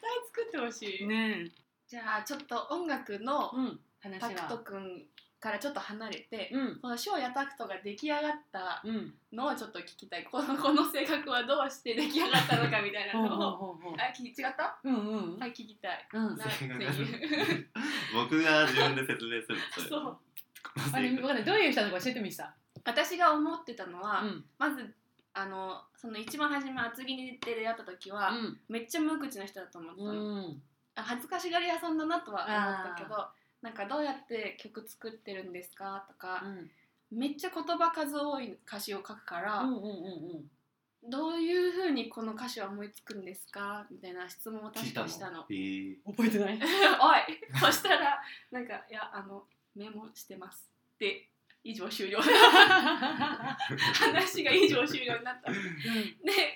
対作ってほしい。
ね
じゃあちょっと音楽の
うん話
タクト
は
君からちょっと離れて、
うん
この翔也タクトが出来上がった
うん
のをちょっと聞きたい。このこの性格はどうして出来上がったのかみたいな
ほうほう
のを。
ほうほう
あ、き違った？
うんうん
はい、聞きたい。
うん
なって
ます
いう。
僕が自分で説明すると
そう。
あれわかんないどういう人なのか教えてみした
私が思ってたのは、
うん
まずあのその一番初め厚木に出会った時は、めっちゃ無口な人だと思ってた
う
の、
ん
あ恥ずかしがり屋さんだなとは思ったけどなんかどうやって曲作ってるんですかとか、めっちゃ言葉数多い歌詞を書くから、
うんうんうんうん
どういうふうにこの歌詞は思いつくんですかみたいな質問を
聞
確
い
か
たの
したの。
えー
覚えてない
おいそしたらなんか「いやあのメモしてます」で以上 終了話が以上終了になったで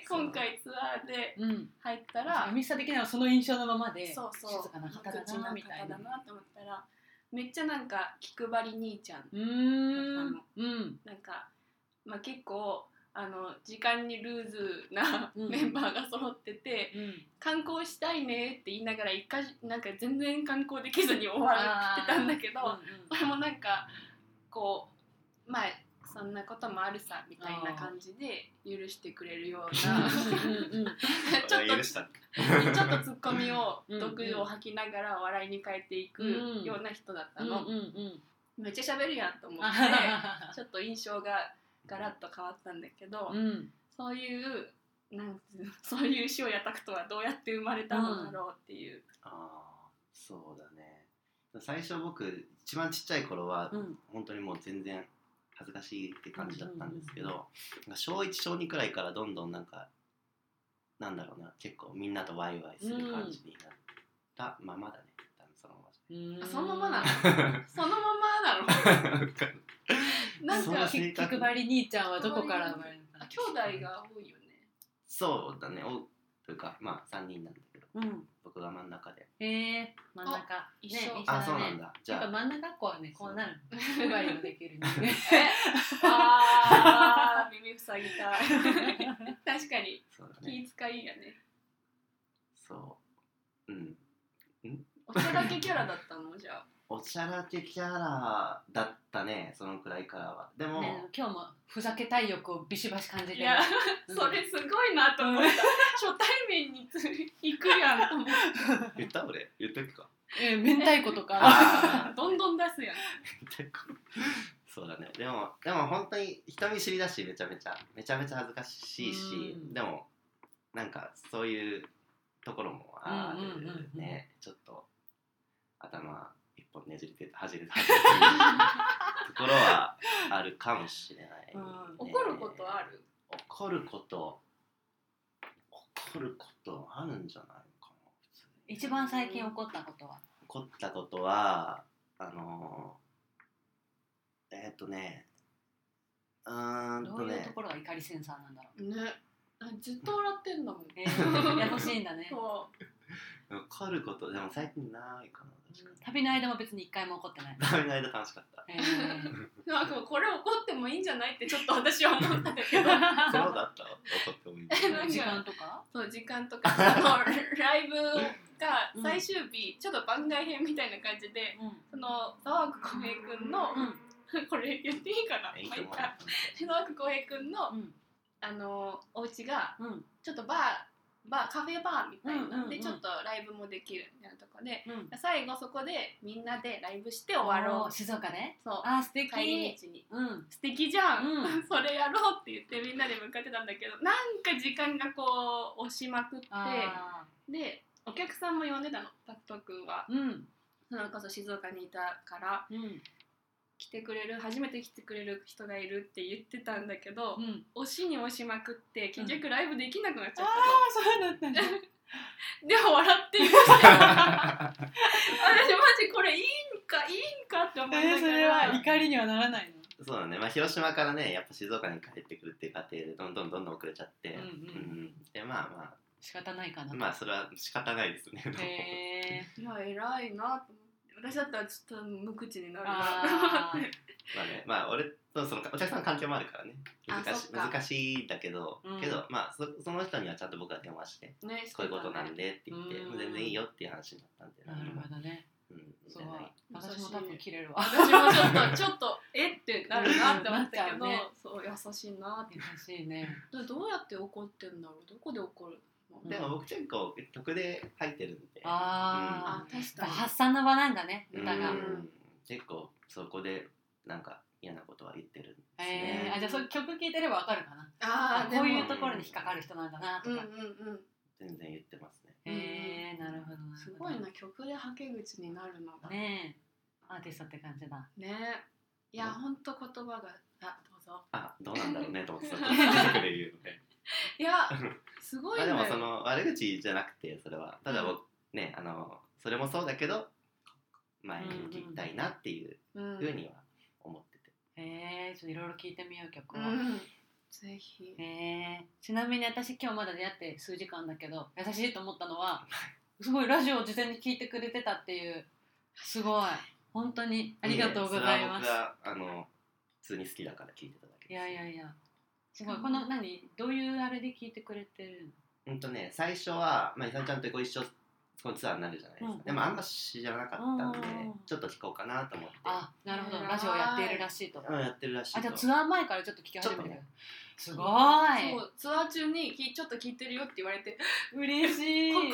今回ツアーで
うんうん
入ったら
あミスター的にはその印象のままで
そうそう
静かな方だ
無口
なみたいな
方だなと思ったらめっちゃなんか気配り兄ちゃん
うーんうん
なんか、まあ、結構あの時間にルーズな
うん
メンバーが揃ってて、
うん
観光したいねって言いながら一回なんか全然観光できずに終わってたんだけど、
うん
それもなんかこうまあそんなこともあるさみたいな感じで許してくれるような
うんうんうん
ちょっと
許した
ちょっとツッコミを
うん
毒を吐きながら笑いに変えていく
うん
ような人だった
うん
の、
うんうん
めっちゃ喋るやんと 思って
あ
ちょっと印象がガラッと変わったんだけど、
うん
そういうなんつうのそういう死をやたくとはどうやって生まれたのだろうっていう、
ああそうだね最初僕一番ちっちゃい頃は
うん
本当にもう全然恥ずかしいって感じだったんですけど、なんか小1小2くらいからどんどんなんかなんだろうな結構みんなとワイワイする感じになった、ままだね多分そのまま
うん
あそのままなのそのま ま
じゃわか
な
んない
のなん
そう
か
です
き気配り兄ちゃんはどこから生まれ
あ兄弟が多いよね
そうだねおというかまあ3人なんだけど
たうん
僕が真ん中で
へえ真ん中
一緒
ね
あ
だね
そうなんだじ
やっぱ
ゃ
真ん中っ子はねこうなるの気配り もできるね
あー耳塞ぎたい 確かに
あそうだね
気遣いやね
そううん
お茶だけキャラだったのじゃあ
おちゃらけキャラだったねそのくらいからはでも、
ね今日もふざけたい欲をビシバシ感じて
い
る
や、
うん
それすごいなと思った初対面につ行くやんと思っ
言った俺言ったっけか
えー明太子とか
あ
たどんどん出すやん
そうだねでもでも本当に人見知りだしめちゃめちゃめちゃめちゃ恥ずかしいし、
うん
でもなんかそういうところもあるね、
うんうんうんうん
ちょっと頭一本ねじれてはじ れたところはあるかもしれない、
うん
怒ることある
怒ること怒ることあるんじゃないかな普通に
一番最近起こったことは
怒ったことはあのーえーっ、とねうーん
ど
と
ういうと
ね
ころが怒りセンサーなん だろう
ねあずっと笑ってんだもん
えーやほしいんだね
そ
怒ることでも最近ないかな確かに
旅の間も別に一回も怒ってない
旅の間楽しかった
えー
う なんかこれ怒ってもいいんじゃないってちょっと私は思ったんだけど
そうだった怒ってもいい
なんか
時間とか
そう時間 とかあのライブが最終日、ちょっと番外編みたいな感じで
うん
そのの沢久浩平君の、 これ言っていいかな、まあ、いいか沢久浩平君の、あのお家が、ちょっとバーバーカフェバーみたいな、でちょっとライブもできるみたいなとこで、最後そこでみんなでライブして終わろう
静岡ね
そう
あ素敵
帰り道に、素敵じゃん、それやろうって言ってみんなで向かってたんだけどなんか時間がこう押しまくってでお客さんも呼んでたのタクト君は、それこそ静岡にいたから、来てくれる初めて来てくれる人がいるって言ってたんだけど、押しに押しまくって結局ライブできなくなっちゃった、あ
あそうだったね
でも笑っていました私マジこれいいんかいいんかって思いながら
それは怒りにはならないの
そうだね、まあ、広島からねやっぱ静岡に帰ってくるっていう過程でどんどんどんどん遅れちゃって、うんでまあまあ
仕方ないかな
まあそれは仕方ないですね
へえいや偉いなと思って私だったらちょっと無口になるな
ま あねまあ俺とそのお客さんの関係もあるからね難し難しいんだけど、うん、けどまあそその人にはちゃんと僕が電話して、ね、こういうことなんでって言って、ね、全然いいよっていう話になったんで
なるほどねうん、そう私も多分切れるわ
私もちょっとちょっとえってなる なって思ったけど、ね、そう優しいなって
優しい ね
どうやって怒ってんだろうどこで怒る
でも僕結構曲で入ってるんで、
ああ、確かに発散の場なんだね歌が、
結構そこでなんか嫌なことは言ってるんです
えあじゃあそう曲聴いてればわかるかなああこういうところに引っかかる人なんだなとか、
全然言ってますね
へえなるほど
すごいな曲ではけ口になるのが
ねアーティストって感じだ
ねいやほんと言葉があどうぞ
あどうなんだろうね と思ってたで言うのね
いや、すごい、ね、
でもその悪口じゃなくて、それは、ただ僕、うん、ね、あの、それもそうだけど。前に向きたいなっていうふうには思ってて。
うんうん、ええー、ちょっといろいろ聞いてみよう、曲を。
ぜひ。
ええー、ちなみに、私、今日まだ出会って数時間だけど、優しいと思ったのは。すごいラジオを事前に聞いてくれてたっていう。すごい。本当にありがとうございます。いいね、
あの、普通に好きだから聞いてただけ
いやいやいや、すごいこの何どういうあれで聞いてくれてる
のうんとね最初はまあ、いさんちゃんとご一緒このツアーになるじゃないですか、うん、でもあんま知らなかったんでちょっと聞こうかなと思って
あなるほどラジオやっているらしいと
うんやってるらしい
あじゃツアー前からちょっと聞き始めてる、ね、すごい
そうツアー中にきちょっと聞いてるよって言われて嬉
しい
ここに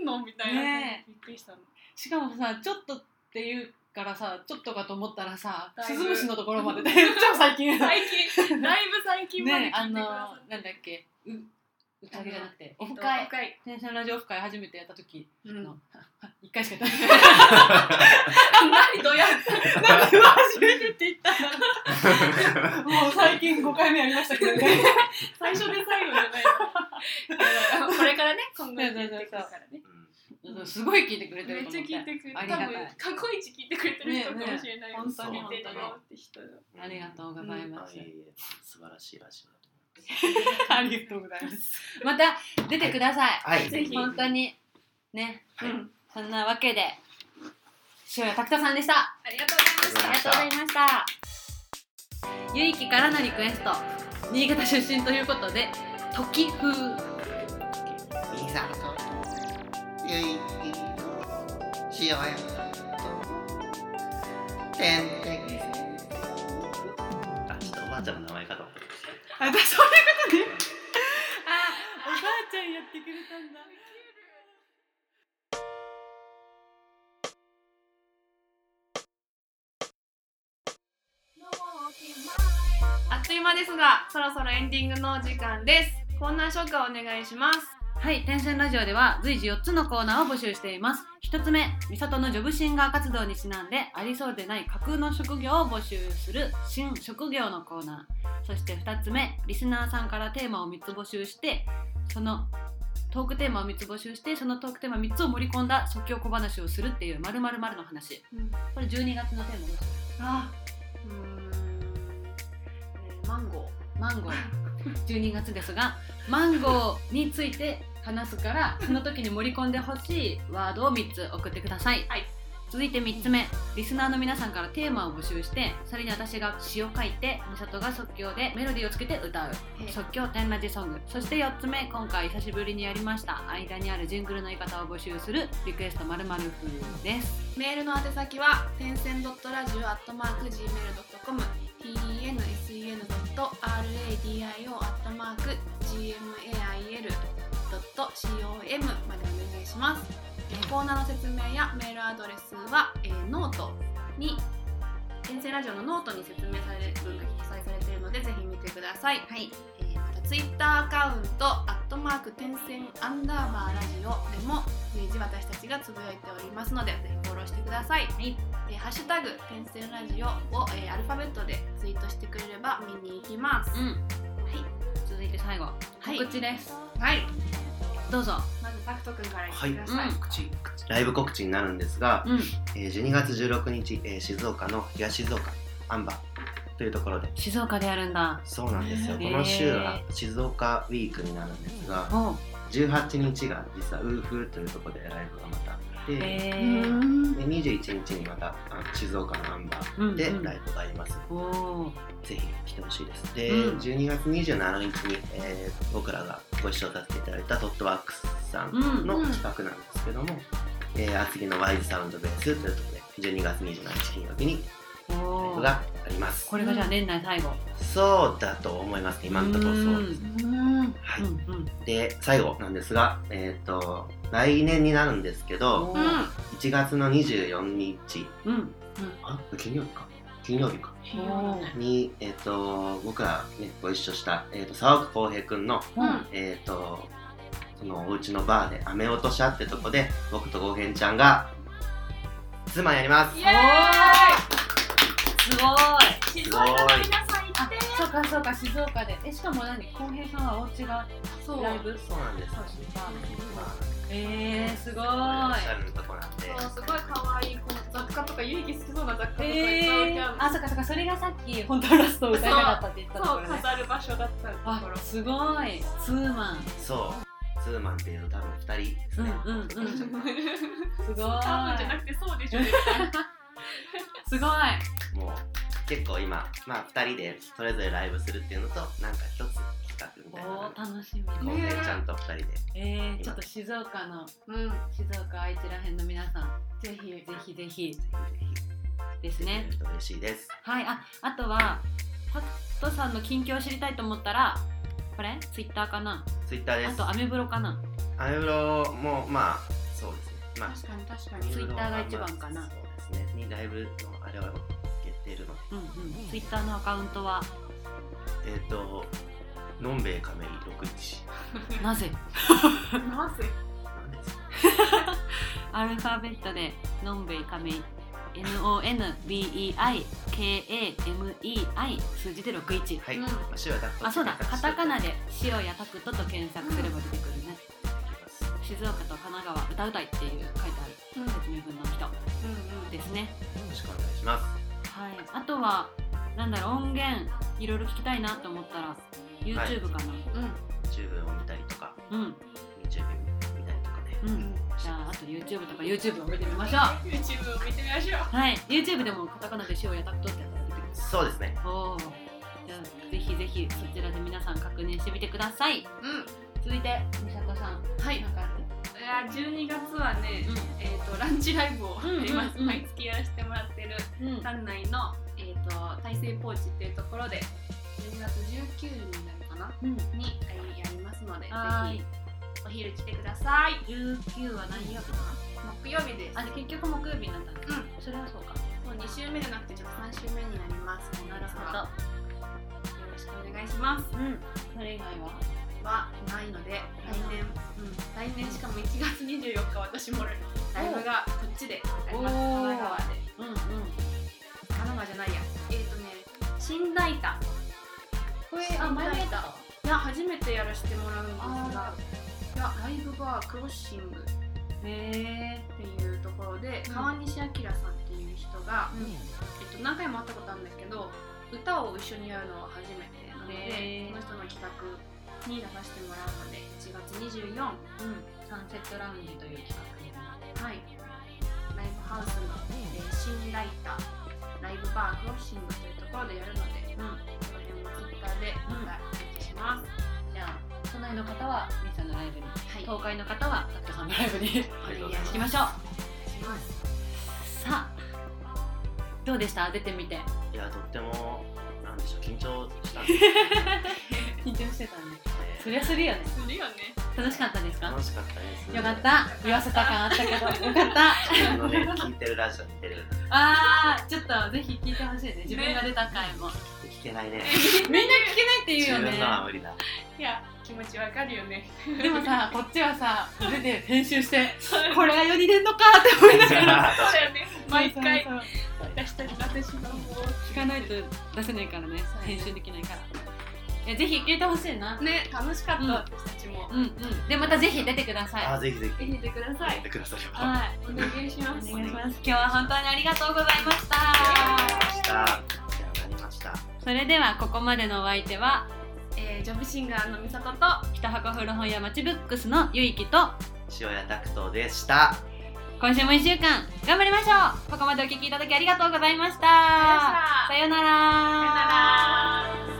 いんのみたいな、ね、びっくりしたの
しかもさちょっとっていうからさちょっとかと思ったらさスズムシのところまで 超最近
最 近だいぶ最近まで聞いてください、ね、
あのなんだっけう歌じゃなくてオフ会テンションラジオオフ会初めてやった時の、一、うん、回しかやった
何どや
何で初めてって言 ったもう最近5回目やりましたけどね
最初で 最後じゃないこれからね今後やっていくからね
すごい聞いてくれて
めっちゃ聞いてくれて多分過去一聞いてくれてる人かもしれない本当に見てるよって人
ありがとうございます、
素晴らしいラジオだ と
ありがとうございますまた出てください、
はいぜひ
本当にね、そんなわけで塩谷拓太さんでしたあ
りがとうございました
ありがとうございましたゆいきからのリクエスト新潟出身ということで時風
いいさゆいきと塩やと天敵あ、ちょっとおばあちゃんの名前かと思った
あ、だそういうことねあ、おばあちゃんやってくれたんだ
あっという間ですが、そろそろエンディングのお時間です。コーナー紹介お願いします。
はい、天線ラジオでは随時4つのコーナーを募集しています。1つ目、美里のジョブシンガー活動にちなんで、ありそうでない架空の職業を募集する新職業のコーナー。そして2つ目、リスナーさんからテーマを3つ募集して、そのトークテーマを3つ募集して、そのトークテーマ3つを盛り込んだ即興小話をするっていう〇〇〇の話。うん、これ12月のテーマです。
あうん、えー、マンゴ
ー。マンゴー。12月ですが、マンゴーについて話すからその時に盛り込んでほしいワードを3つ送ってください、
はい、
続いて3つ目リスナーの皆さんからテーマを募集してそれに私が詩を書いて美里が即興でメロディーをつけて歌う
えー
即興天ラジソングそして4つ目今回久しぶりにやりました間にあるジングルの言い方を募集するリクエストまるまる風です
メールの宛先は点線ドットラジオアットマーク gmail.com tensuen.radio アットマーク gmail.com までお願いします、えーコーナーの説明やメールアドレスは、えーノートに点線ラジオのノートに説明される文が記載されているのでぜひ見てください、
はい
えーまたツイッターアカウントアットマーク点線アンダーバーラジオでも随時私たちがつぶやいておりますのでぜひフォローしてください、
い
えーハッシュタグ点線ラジオを、えーアルファベットでツイートしてくれれば見に行きます、
う
は
ん続いて最後
い
告知です、
はい
どうぞ
まずタクト君から言ってください、
はいうん
告知
ライブ告知になるんですが、
うん
えー12月16日、えー静岡の東静岡アンバーというところで
静岡でやるんだ
そうなんですよ、
へー
この週は静岡ウィークになるんですが
おう
18日が実はウーフーというところでライブがまたあって、
え
う
ー
で21日にまたあの静岡のアンバ
うんう
ー
ん
でライブがあります、
おお
ぜひ来てほしいですで、
うん
12月27日に、えー僕らがご一緒させていただいたトットワークスさん
うん
の企画なんですけども、えー厚木のワイズサウンドベースというところで12月27日金曜日に
お
ライ
お
ブがあります
これがじゃあ年内最後
そうだと思いますね今のところそうです
ん
うん
は
うん
い、
うん
で最後なんですが、えー、と来年になるんですけど
お
うん
ー
1月の24日
うん
あ金曜日か金曜日か
おー
に、えー、と僕ら、ね、ご一緒した、えー、と沢奥浩平君の、
うん
えー、とそのお家のバーで雨落とし合ってとこで僕とゴーヘンちゃんがツーマンやります
イ
お
エ
すごい
ーイ
すごい
皆さん行って
そうかそうか静岡でえしかも何浩平さんはお家が
そう
ライブ
そうなんです
そうしか
まあ
えー、すごい
おしゃれなとこなんで
そうすごい可愛いこの雑貨とか勇気好きそうな雑貨とかいっぱい置い
え
てあ
ー
る、の
あそっかそっかそれがさっき本当はラストを歌えなかったって言ったとこ
そう
ろね
飾る場所だったとこ
あ
ろ
すごいツーマン
そうツーマンっていうと多分2人です
うん
ね、
うんうんすごい
多分じゃなくてそうでしょ
すごい
もう結構今、まあ、2人でそれぞれライブするっていうのとなんか一つ企画み
お
たいな
ー
の
楽しみ
こう
ね
ねちゃんと2人で
えー、ちょっと静岡の
うん
静岡愛知らへんの皆さん
ぜひ
ぜひぜひ
ぜひぜ
です
ひ
ね
見てくれると嬉しいです
はい、あ、あとは、タクトさんの近況を知りたいと思ったら、これツイッターかな
ツイッターで
あ
す
とアメブロかな
アメブロもまあそうですねまあ
確かに確か
ツ
に
イッターが一番かな
まあそうですねにライブのあれはやっているので
うんうん。ツイッターのアカウントは、
えっ、とのんべえ亀井六一
なぜ
なぜ
なんです
アルファベットで、のんべいかめい。N-O-N-B-E-I-K-A-M-E-I 数字で61。
はい、
うん
まあ塩だ
あ、そうだ、カタカナで、塩やタクトと検索すれば出てくるね。静岡と神奈川歌うたいっていう書いてあ
うん
る説明文の人
うん
ですね。
よろしくお願いしま
はい、あとはなんだろう音源いろいろ聞きたいなと思ったら YouTube かな、
うん
す YouTube を見たりとか
うん
YouTube 見たりとかね
う
うんん
じゃああと YouTube とか YouTube を見てみましょう
YouTube を見てみましょう
はい YouTube でもカタカナで塩やタクトってやったら出てくる
そうですね
おおじゃあぜひぜひそちらで皆さん確認してみてくださ
う
い
ん
続いて美里さん
はい
なんかある
いや12月はね
う
えっとランチライブをやります
うんうんうん
毎月やらせてもらってる
んうん
館内のえっと大成ポーチっていうところで12月19日になるかな
うん
にえーやりますのでぜ
はーい
ひお昼来てください
19は何曜日か
木曜日です
なあ結局木曜日になったんだ
うん
それはそうか
もう2週目じゃなくてちょっと3週目になります。
な
よ
るほ
ろしくお願いします。
どうんそれ以外は
はないので来年、うん、来年しかも1月24日私もライブがこっちであります。
おー
神奈川で
うんうん
神奈川じゃないや。えっ、とね新大田
これ
あ前もや
っ
ったいや初めてやらせてもらうんです
あ
が、いやライブバークロッシングっ
へえ
ていうところで、
うん
川西明さんっていう人が、
うん
えっと、何回も会ったことあるんですけど歌を一緒にやるのは初めてなの
へー
でその人の企画に出させてもらうので1月24
うん、サンセットラウンジという企画になって
はいライブハウスの、えー、新ライターライブバーグを新橋というところでやるので、
うん
その辺もツイッターでまた告知します、
じゃあ都内の方はみーさんのライブに
はい
東海の方はタットさんのライブに
お願い
行
し
き
ま
ますしょう
します
さあどうでした出てみて
いやとってもなんでしょう緊張したんで すけどね
緊張してたねそりゃするよね
するよね
楽しかったですか
楽しかったです
よかった言わせた感あったけどよかった
あのね聞いてるラジオってる
あーちょっとぜひ聞いてほしいね自分が出た回も
聞けない
みん
ね
な聞けないって言
自
うよ
分の
ね
は無 理だ
いや気持ちわかるよね
でもさこっちはさ出て編集して これが世に出んのかって思いながら
そうだよね毎回
そうそう
私たち私のも
そう聞かないと出せないからね
う
編集できないからえぜひ聞いてほしいな
うね楽しかった、
うん
私たちも
うんうんでまたぜひ出てください
あーぜひぜ
ぜ
ひ
ひてくださ
やっ
い
てくださればあ
はい
お願いします
お願いします今日は本当にありがとうございました
りがとうございましたお世話になりました
それではここまでのお相手は
えージョブシンガーのみさとと
一箱古本屋まちブックスのゆいきと
塩谷拓人でした
今週も1週間頑張りましょうここまでお聞きいただきありがとうございました
ありがとうございました
さようなら
さよなら